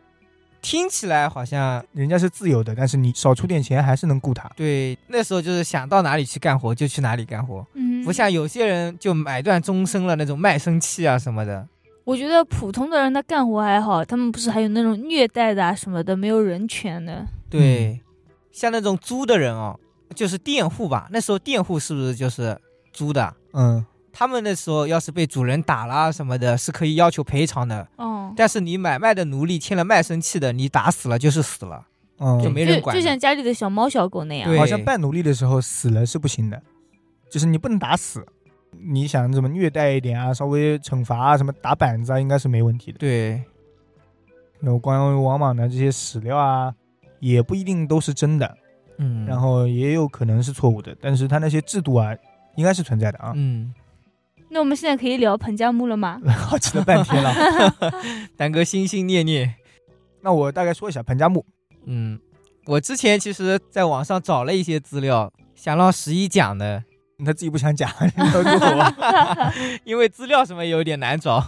Speaker 3: 听起来好像
Speaker 1: 人家是自由的，但是你少出点钱还是能雇他。
Speaker 3: 对。那时候就是想到哪里去干活就去哪里干活，
Speaker 2: 嗯，
Speaker 3: 不像有些人就买断终身了那种卖身契啊什么的。
Speaker 2: 我觉得普通的人他干活还好，他们不是还有那种虐待的啊什么的，没有人权的。
Speaker 3: 对，像那种租的人哦，就是佃户吧。那时候佃户是不是就是租的？
Speaker 1: 嗯，
Speaker 3: 他们那时候要是被主人打啦什么的，是可以要求赔偿的。
Speaker 2: 哦，
Speaker 3: 但是你买卖的奴隶签了卖身契的，你打死了就是死了，
Speaker 1: 嗯
Speaker 3: 就没人管
Speaker 2: 就
Speaker 3: 了。
Speaker 2: 就像家里的小猫小狗那样。
Speaker 3: 对
Speaker 1: 好像半奴隶的时候死了是不行的，就是你不能打死，你想怎么虐待一点啊，稍微惩罚啊，什么打板子啊，应该是没问题的。
Speaker 3: 对，
Speaker 1: 有关于王莽的这些史料啊，也不一定都是真的，
Speaker 3: 嗯，
Speaker 1: 然后也有可能是错误的，但是他那些制度啊，应该是存在的啊。
Speaker 3: 嗯，
Speaker 2: 那我们现在可以聊彭加木了吗？
Speaker 1: 好奇了半天了，
Speaker 3: 丹哥嗯心心念念，
Speaker 1: 那我大概说一下彭加木，
Speaker 3: 嗯，我之前其实在网上找了一些资料，想让十一讲的，
Speaker 1: 他自己不想讲， 你都说我。
Speaker 3: 因为资料什么有点难找。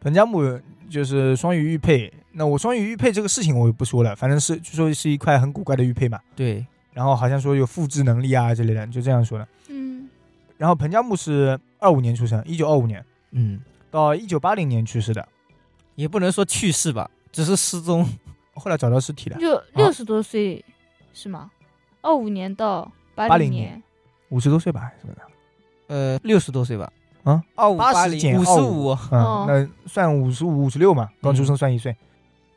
Speaker 1: 彭加木就是双鱼玉佩，那我双鱼玉佩这个事情我就不说了，反正是据说是一块很古怪的玉佩嘛。
Speaker 3: 对，
Speaker 1: 然后好像说有复制能力啊之类的，就这样说的。
Speaker 2: 嗯，
Speaker 1: 然后彭加木是二五年出生，一九二五年
Speaker 3: 嗯，
Speaker 1: 到一九八零年去世的，
Speaker 3: 也不能说去世吧，只是失踪。
Speaker 1: 后来找到尸体了，
Speaker 2: 就六十多岁、是吗？二五年到八
Speaker 1: 80
Speaker 2: 年
Speaker 1: 年，五十多岁吧，还是不是？
Speaker 3: 呃，六十多岁吧，
Speaker 1: 啊，
Speaker 3: 二五八
Speaker 1: 80
Speaker 3: 零
Speaker 1: 减
Speaker 3: 五十五，
Speaker 1: 嗯，
Speaker 2: 哦
Speaker 1: 那算五十五、五十六嘛，刚出生算 一岁。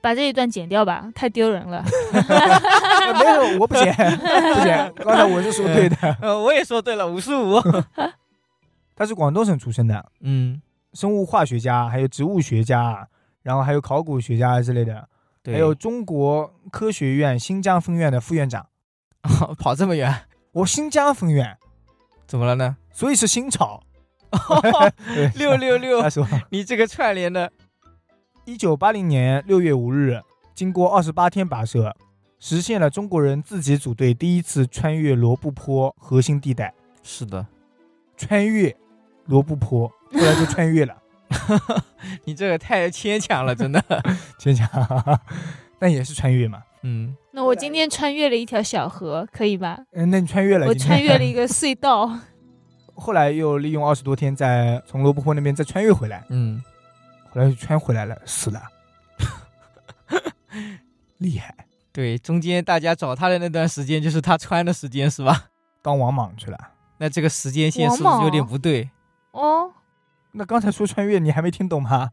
Speaker 2: 把这一段剪掉吧，太丢人了。
Speaker 1: 呃没有，我不 减，不减。刚才我是说对的。
Speaker 3: 呃，我也说对了，五十五。
Speaker 1: 他是广东省出生的，
Speaker 3: 嗯，
Speaker 1: 生物化学家，还有植物学家，然后还有考古学家之类的，
Speaker 3: 对，
Speaker 1: 还有中国科学院新疆分院的副院长。
Speaker 3: 跑这么远，
Speaker 1: 我新疆分院，
Speaker 3: 怎么了呢？
Speaker 1: 所以是新朝。对
Speaker 3: 六六六
Speaker 1: 他，说，
Speaker 3: 啊你这个串联的，
Speaker 1: 一九八零年六月五日，经过二十八天跋涉，实现了中国人自己组队第一次穿越罗布泊核心地带，
Speaker 3: 是的，
Speaker 1: 穿越罗布泊，后来就穿越了，
Speaker 3: 你这个太牵强了，真的。
Speaker 1: 坚强，但也是穿越嘛。
Speaker 3: 嗯，
Speaker 2: 那我今天穿越了一条小河，可以吧？
Speaker 1: 嗯，那你穿越了，
Speaker 2: 我
Speaker 1: 今天
Speaker 2: 穿越了一，个隧道。
Speaker 1: 后来又利用二十多天再从罗布泊那边再穿越回来，
Speaker 3: 嗯，
Speaker 1: 后来又穿回来了，死了，厉害，
Speaker 3: 对，中间大家找他的那段时间就是他穿的时间是吧？
Speaker 1: 当王莽去了。
Speaker 3: 那这个时间线
Speaker 2: 王
Speaker 3: 是不是有点
Speaker 2: 莽
Speaker 3: 不对？
Speaker 2: 哦，
Speaker 1: 那刚才说穿越，你还没听懂吗？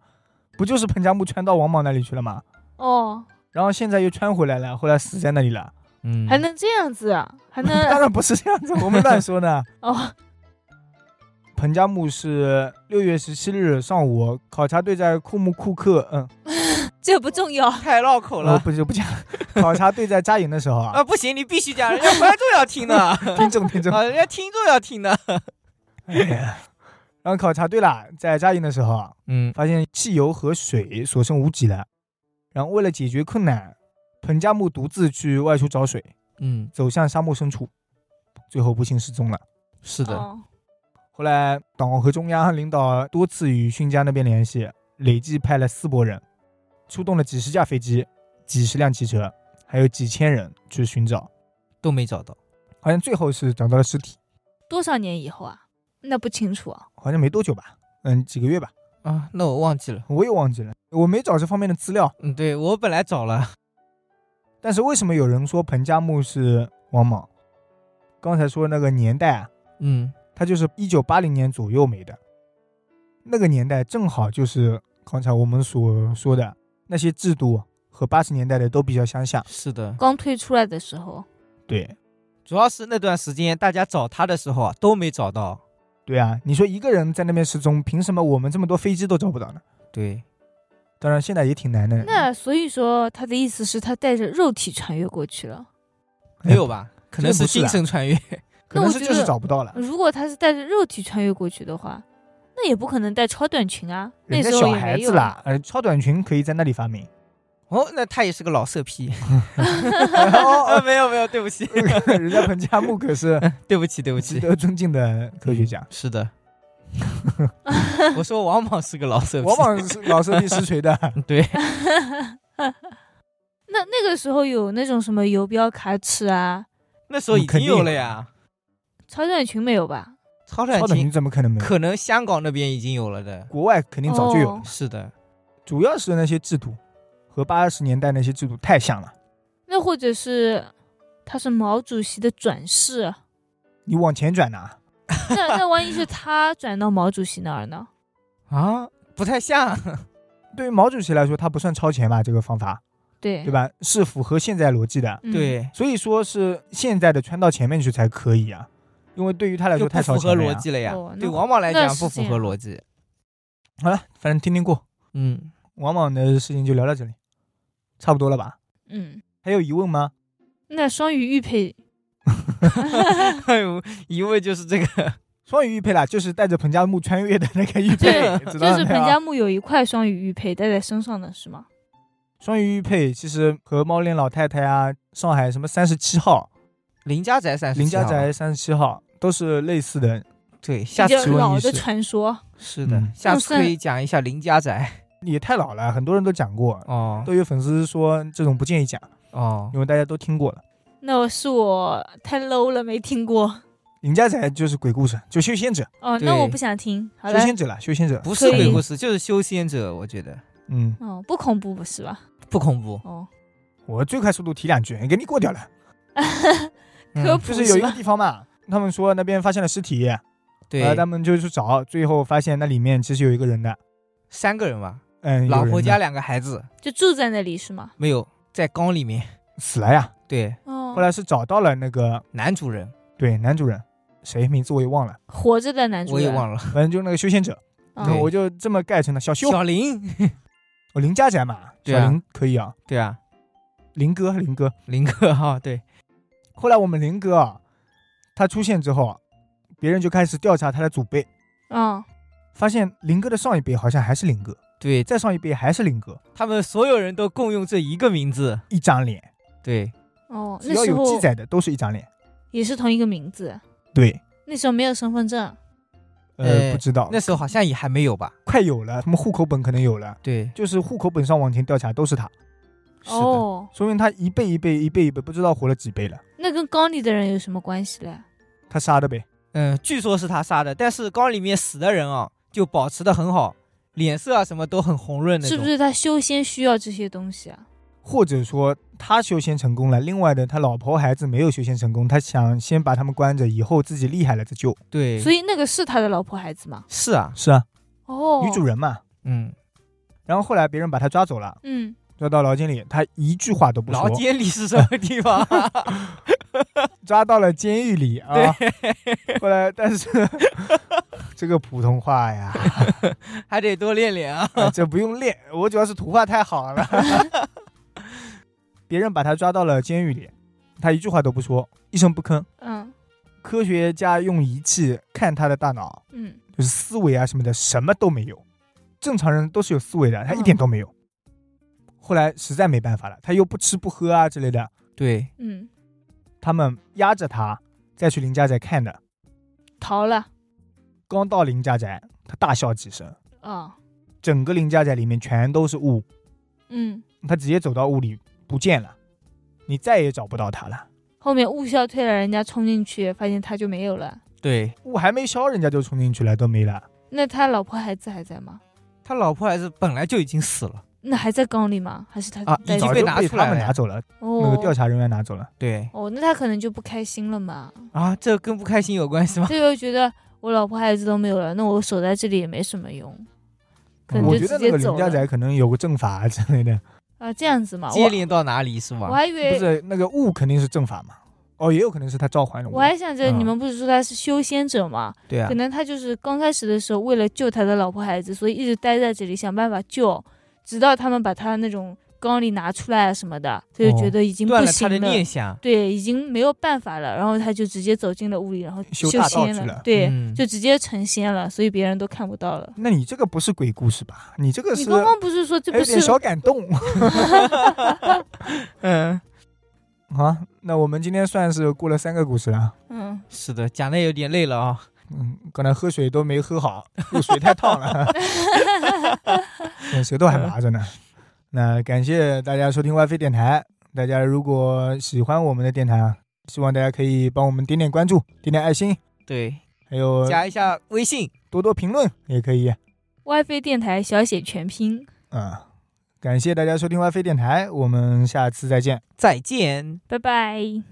Speaker 1: 不就是彭加木穿到王莽那里去了吗？
Speaker 2: 哦，
Speaker 1: 然后现在又穿回来了，后来死在那里了。
Speaker 3: 嗯，
Speaker 2: 还能这样子啊，还
Speaker 1: 当
Speaker 2: 能
Speaker 1: 然不是这样子，我们乱说呢。
Speaker 2: 哦，
Speaker 1: 彭加木是六月十七日上午，考察队在库木库克，嗯，
Speaker 2: 这不重要。
Speaker 3: 太绕口
Speaker 1: 我、
Speaker 3: 了
Speaker 1: 不是不讲了。考察队在扎营的时候啊
Speaker 3: 啊！，不行，你必须 讲，人家观众要 听的啊，
Speaker 1: 听众听众，哎
Speaker 3: 人家听众要 听的。
Speaker 1: 然后考察队啦，在扎营的时候啊，
Speaker 3: 嗯
Speaker 1: 发现汽油和水所剩无几了，然后为了解决困难，彭加木独自去外出找水，
Speaker 3: 嗯，
Speaker 1: 走向沙漠深处，最后不幸失踪了。
Speaker 3: 是的，
Speaker 2: 哦，
Speaker 1: 后来，党和中央领导多次与勋家那边联系，累计派了四拨人，出动了几十架飞机、几十辆汽车，还有几千人去寻找。
Speaker 3: 都没找到。
Speaker 1: 好像最后是找到了尸体，
Speaker 2: 多少年以后啊？那不清楚啊。
Speaker 1: 好像没多久吧，嗯，几个月吧，
Speaker 3: 啊，那我忘记了。
Speaker 1: 我也忘记了，我没找这方面的资料。
Speaker 3: 嗯，对我本来找了，
Speaker 1: 但是为什么有人说彭加木是王莽？刚才说那个年代啊，
Speaker 3: 嗯，
Speaker 1: 他就是一九八零年左右没的，那个年代正好就是刚才我们所说的那些制度和八十年代的都比较相像。
Speaker 3: 是的，
Speaker 2: 刚推出来的时候，
Speaker 1: 对，
Speaker 3: 主要是那段时间大家找他的时候啊，都没找到。
Speaker 1: 对啊，你说一个人在那边失踪，凭什么我们这么多飞机都找不到呢？
Speaker 3: 对，
Speaker 1: 当然，现在也挺难的。
Speaker 2: 那所以说他的意思是，他带着肉体穿越过去了。
Speaker 3: 没有吧？可能
Speaker 1: 真的
Speaker 3: 是
Speaker 1: 不是啊
Speaker 3: 精神穿越。
Speaker 1: 可能是就
Speaker 2: 那我觉
Speaker 1: 是
Speaker 2: 得嗯
Speaker 1: 找不到了。
Speaker 2: 如果他是带着肉体穿越过去的话，那也不可能带超短裙啊，那
Speaker 1: 人家
Speaker 2: 时候
Speaker 1: 小
Speaker 2: 也
Speaker 1: 孩
Speaker 2: 没
Speaker 1: 子
Speaker 2: 有。
Speaker 1: 啦，呃，超短裙可以在那里发 明。
Speaker 3: 哦，那他也是个老色批。
Speaker 1: 哦
Speaker 3: 哦，没有没有，对不起，
Speaker 1: 哦，人家彭加木可是
Speaker 3: 对不起，对 不
Speaker 1: 值
Speaker 3: 起。
Speaker 1: 得尊敬的科学家。
Speaker 3: 是的， 我说王莽是个老色批。
Speaker 1: 往往是老色批实锤 的，
Speaker 3: 对，
Speaker 2: 那那个时候有那种什么游标卡尺啊，
Speaker 3: 那时候已经有了
Speaker 1: 嗯
Speaker 3: 呀，
Speaker 2: 超短裙没有吧？
Speaker 3: 超短
Speaker 1: 超短裙
Speaker 3: 裙
Speaker 1: 怎么可能没有？
Speaker 3: 可能香港那边已经有了的。
Speaker 1: 国外肯定早就有了
Speaker 2: 哦，
Speaker 3: 是的，
Speaker 1: 主要是那些制度和八十年代那些制度太像了。
Speaker 2: 那或者是他是毛主席的转世，
Speaker 1: 你往前转呐、
Speaker 2: 那那万一是他转到毛主席那儿呢？
Speaker 3: 啊，不太像。
Speaker 1: 对于毛主席来说，他不算超前吧？这个方法，
Speaker 2: 对
Speaker 1: 对吧？是符合现在逻辑的，
Speaker 2: 嗯
Speaker 3: 对，
Speaker 1: 所以说是现在的穿到前面去才可以啊，因为对于他来
Speaker 3: 就
Speaker 1: 说
Speaker 3: 不
Speaker 1: 太超
Speaker 3: 符合
Speaker 1: 前了呀、
Speaker 3: 逻辑了呀
Speaker 2: 哦。那
Speaker 3: 对王莽来讲
Speaker 2: 那是
Speaker 3: 不符
Speaker 2: 这
Speaker 3: 合
Speaker 2: 样
Speaker 3: 逻辑。
Speaker 1: 好了，反正听听过
Speaker 3: 嗯，
Speaker 1: 王莽的事情就聊到这里，差不多了吧？
Speaker 2: 嗯，
Speaker 1: 还有疑问吗？
Speaker 2: 那双鱼玉佩，
Speaker 3: 哎呦，疑问就是这 个。
Speaker 1: 双鱼玉佩啦，就是带着彭加木穿越的那个玉佩，知道
Speaker 2: 就
Speaker 1: 了
Speaker 2: 是
Speaker 1: 没
Speaker 2: 彭
Speaker 1: 有
Speaker 2: 加木有一块双鱼玉佩戴在身上的是吗？
Speaker 1: 双鱼玉佩其实和猫脸老太太啊、上海什么三十七号、
Speaker 3: 林家宅三十，
Speaker 1: 林家宅三十七号都是类似的。
Speaker 3: 对，
Speaker 2: 比
Speaker 3: 下
Speaker 2: 较
Speaker 1: 次问
Speaker 2: 老
Speaker 1: 你
Speaker 2: 的
Speaker 1: 是
Speaker 2: 传说，
Speaker 3: 是的
Speaker 1: 嗯，
Speaker 3: 下
Speaker 2: 用
Speaker 3: 次
Speaker 2: 三
Speaker 3: 可以讲一下林家宅
Speaker 1: 也太老了，很多人都讲过，
Speaker 3: 哦
Speaker 1: 都有粉丝说这种不建议讲，
Speaker 3: 哦，
Speaker 1: 因为大家都听过了。
Speaker 2: 那我是我太 low 了，没听过。
Speaker 1: 林家宅就是鬼故事，就修仙者，
Speaker 2: 哦，
Speaker 3: 对
Speaker 2: 那我不想听。好
Speaker 1: 修
Speaker 2: 的，
Speaker 1: 仙者了，修仙者。
Speaker 3: 不是
Speaker 2: 可以
Speaker 3: 鬼故事，就是修仙者，我觉得
Speaker 1: 嗯，
Speaker 2: 哦，不恐怖不是吧？
Speaker 3: 不恐怖。
Speaker 2: 哦，
Speaker 1: 我最快速度提两句，哎给你过掉了。
Speaker 2: 科
Speaker 3: 嗯
Speaker 2: 普
Speaker 1: 就是有一
Speaker 2: 是
Speaker 1: 个
Speaker 2: 吧？
Speaker 1: 地方嘛，他们说那边发现了尸体，呃，
Speaker 3: 对
Speaker 1: 他，们就去找，最后发现那里面其实有一个人的，
Speaker 3: 三个人吧，
Speaker 1: 嗯，有
Speaker 3: 老
Speaker 1: 人
Speaker 3: 婆
Speaker 1: 的
Speaker 3: 加两个孩子，
Speaker 2: 就住在那里是吗？
Speaker 3: 没有在缸里面。
Speaker 1: 死了呀。
Speaker 3: 对，
Speaker 2: 哦，
Speaker 1: 后来是找到了那个
Speaker 3: 男主人
Speaker 1: 对男主人，谁名字我也忘了，
Speaker 2: 活着的男主
Speaker 3: 我也
Speaker 2: 人，
Speaker 3: 忘了，
Speaker 1: 反正就是那个修仙者，
Speaker 2: 嗯
Speaker 1: 那
Speaker 3: 对
Speaker 1: 我就这么盖成了小修，
Speaker 3: 小林。
Speaker 1: 我林家宅嘛，
Speaker 3: 对啊
Speaker 1: 小林可以啊，
Speaker 3: 对啊，
Speaker 1: 林哥林哥，
Speaker 3: 林哥哈，对，
Speaker 1: 后来我们林哥啊，他出现之后啊，别人就开始调查他的祖辈，
Speaker 2: 嗯，
Speaker 1: 发现林哥的上一辈好像还是林哥，
Speaker 3: 对
Speaker 1: 再上一辈还是林哥，
Speaker 3: 他们所有人都共用这一个名字。
Speaker 1: 一张脸，
Speaker 3: 对，
Speaker 2: 哦，
Speaker 1: 只
Speaker 2: 那
Speaker 1: 要
Speaker 2: 时
Speaker 1: 有记
Speaker 2: 候
Speaker 1: 载的都是一张脸。
Speaker 2: 也是同一个名字，
Speaker 1: 对，
Speaker 2: 那时候没有身份证，
Speaker 1: 呃，
Speaker 3: 哎
Speaker 1: 不知道，
Speaker 3: 那时候好像也还没有吧？
Speaker 1: 快有了，他们户口本可能有了，
Speaker 3: 对，
Speaker 1: 就是户口本上往前调查都是他，
Speaker 3: 是的，
Speaker 2: 哦，
Speaker 1: 说明他一辈一辈一辈一辈不知道活了几辈了，
Speaker 2: 那跟缸里的人有什么关系嘞？
Speaker 1: 他杀的呗。
Speaker 3: 嗯，据说是他杀的，但是缸里面死的人啊，就保持的很好，脸色啊什么都很红润那
Speaker 2: 是
Speaker 3: 种。
Speaker 2: 不是他修仙需要这些东西啊？
Speaker 1: 或者说他修仙成功了，另外的他老婆孩子没有修仙成功，他想先把他们关着，以后自己厉害了再救。
Speaker 3: 对，
Speaker 2: 所
Speaker 3: 以
Speaker 2: 以那个是他的老婆孩子吗？
Speaker 3: 是啊，
Speaker 1: 是啊，
Speaker 2: 哦，
Speaker 1: 女主人嘛。
Speaker 3: 嗯，
Speaker 1: 然后后来别人把他抓走了，
Speaker 2: 嗯，
Speaker 1: 抓到牢监里，他一句话都不
Speaker 3: 老
Speaker 1: 说，
Speaker 3: 街里是什么地方？啊
Speaker 1: 抓到了监狱里啊。 后来，但是这个普通话呀，
Speaker 3: 还得多练 练啊。
Speaker 1: 啊这不用练，我主要是图画太好了。 别人把他抓到了监狱里，他一句话都不说，一声不吭。
Speaker 2: 嗯，
Speaker 1: 科学家用仪器看他的大脑，
Speaker 2: 嗯，
Speaker 1: 就是思维啊什么的，什么都没有。正常人都是有思维的，他一点都没有。后来实在没办法了，他又不吃不喝啊之类的，
Speaker 3: 对，
Speaker 2: 嗯，
Speaker 1: 他们压着他再去林家宅看的。
Speaker 2: 逃了
Speaker 1: 刚到林家宅，他大笑几声，
Speaker 2: 啊，
Speaker 1: 整个林家宅里面全都是雾，
Speaker 2: 嗯，
Speaker 1: 他直接走到雾里不见了，你再也找不到他了。
Speaker 2: 后面雾消退了，人家冲进去，发现他就没有了。
Speaker 3: 对
Speaker 1: 雾还没消，人家就冲进去了，都没了。
Speaker 2: 那他老婆孩子还在吗？
Speaker 3: 他老婆还是本来就已经死了，
Speaker 2: 那还在缸里吗？还是他
Speaker 3: 啊
Speaker 2: 带
Speaker 3: 已
Speaker 1: 早
Speaker 3: 经
Speaker 1: 就
Speaker 3: 被
Speaker 1: 被
Speaker 2: 走
Speaker 3: 拿出来
Speaker 1: 他们
Speaker 3: 了
Speaker 1: 拿走了，
Speaker 2: 哦
Speaker 1: 那个调查人员拿走了。
Speaker 3: 对
Speaker 2: 哦，那他可能就不开心了嘛，
Speaker 3: 啊，这跟不开心有关系吗？
Speaker 2: 这又觉得我老婆孩子都没有了，那我守在这里也没什么用，可
Speaker 3: 嗯
Speaker 2: 能
Speaker 1: 我觉
Speaker 2: 就直
Speaker 1: 得那
Speaker 2: 接
Speaker 1: 个
Speaker 2: 走
Speaker 1: 林
Speaker 2: 了
Speaker 1: 家宅可能有个正法之类的，
Speaker 2: 啊，这样子嘛，
Speaker 3: 接
Speaker 2: 我
Speaker 3: 连到哪里是
Speaker 2: 我
Speaker 3: 吧？
Speaker 2: 还以
Speaker 1: 不
Speaker 2: 为
Speaker 1: 是那个雾肯定是正法嘛？哦，也有可能是他召唤了
Speaker 2: 我还想着
Speaker 1: 嗯
Speaker 2: 你们不是说他是修仙者吗？
Speaker 3: 对啊
Speaker 2: 可，能他就是刚开始的时候为了救他的老婆孩子，所以一直待在这里想办法救，直到他们把他那种缸里拿出来啊什么的，他就
Speaker 1: 哦
Speaker 2: 觉得已经不
Speaker 3: 断了他
Speaker 2: 行
Speaker 3: 的
Speaker 2: 了。
Speaker 3: 念想。
Speaker 2: 对，已经没有办法了，然后他就直接走进了屋里，然后
Speaker 1: 修大道
Speaker 2: 仙
Speaker 1: 去了
Speaker 2: 对，
Speaker 3: 嗯
Speaker 2: 就直接成仙了，所以别人都看不到了。
Speaker 1: 那你这个不是鬼故事吧？你这个
Speaker 2: 你
Speaker 1: 是哎
Speaker 2: 刚刚不是说这
Speaker 1: 还有
Speaker 2: 不
Speaker 1: 点
Speaker 2: 是
Speaker 1: 小感动
Speaker 3: 嗯，
Speaker 1: 啊？那我们今天算是过了三个故事了。
Speaker 2: 嗯，
Speaker 3: 是的，讲的有点累了啊、
Speaker 1: 嗯，刚才喝水都没喝好，又水太烫了， 嗯舌头还麻着呢。那感谢大家收听 WiFi 电台，大家如果喜欢我们的电台，啊，希望大家可以帮我们点点关注，点点爱心，
Speaker 3: 对，
Speaker 1: 还有
Speaker 3: 加一下微信，
Speaker 1: 多多评论也可以。啊
Speaker 2: WiFi 电台小写全拼，
Speaker 1: 嗯，感谢大家收听 WiFi 电台，我们下次再见。
Speaker 3: 再见。
Speaker 2: 拜拜。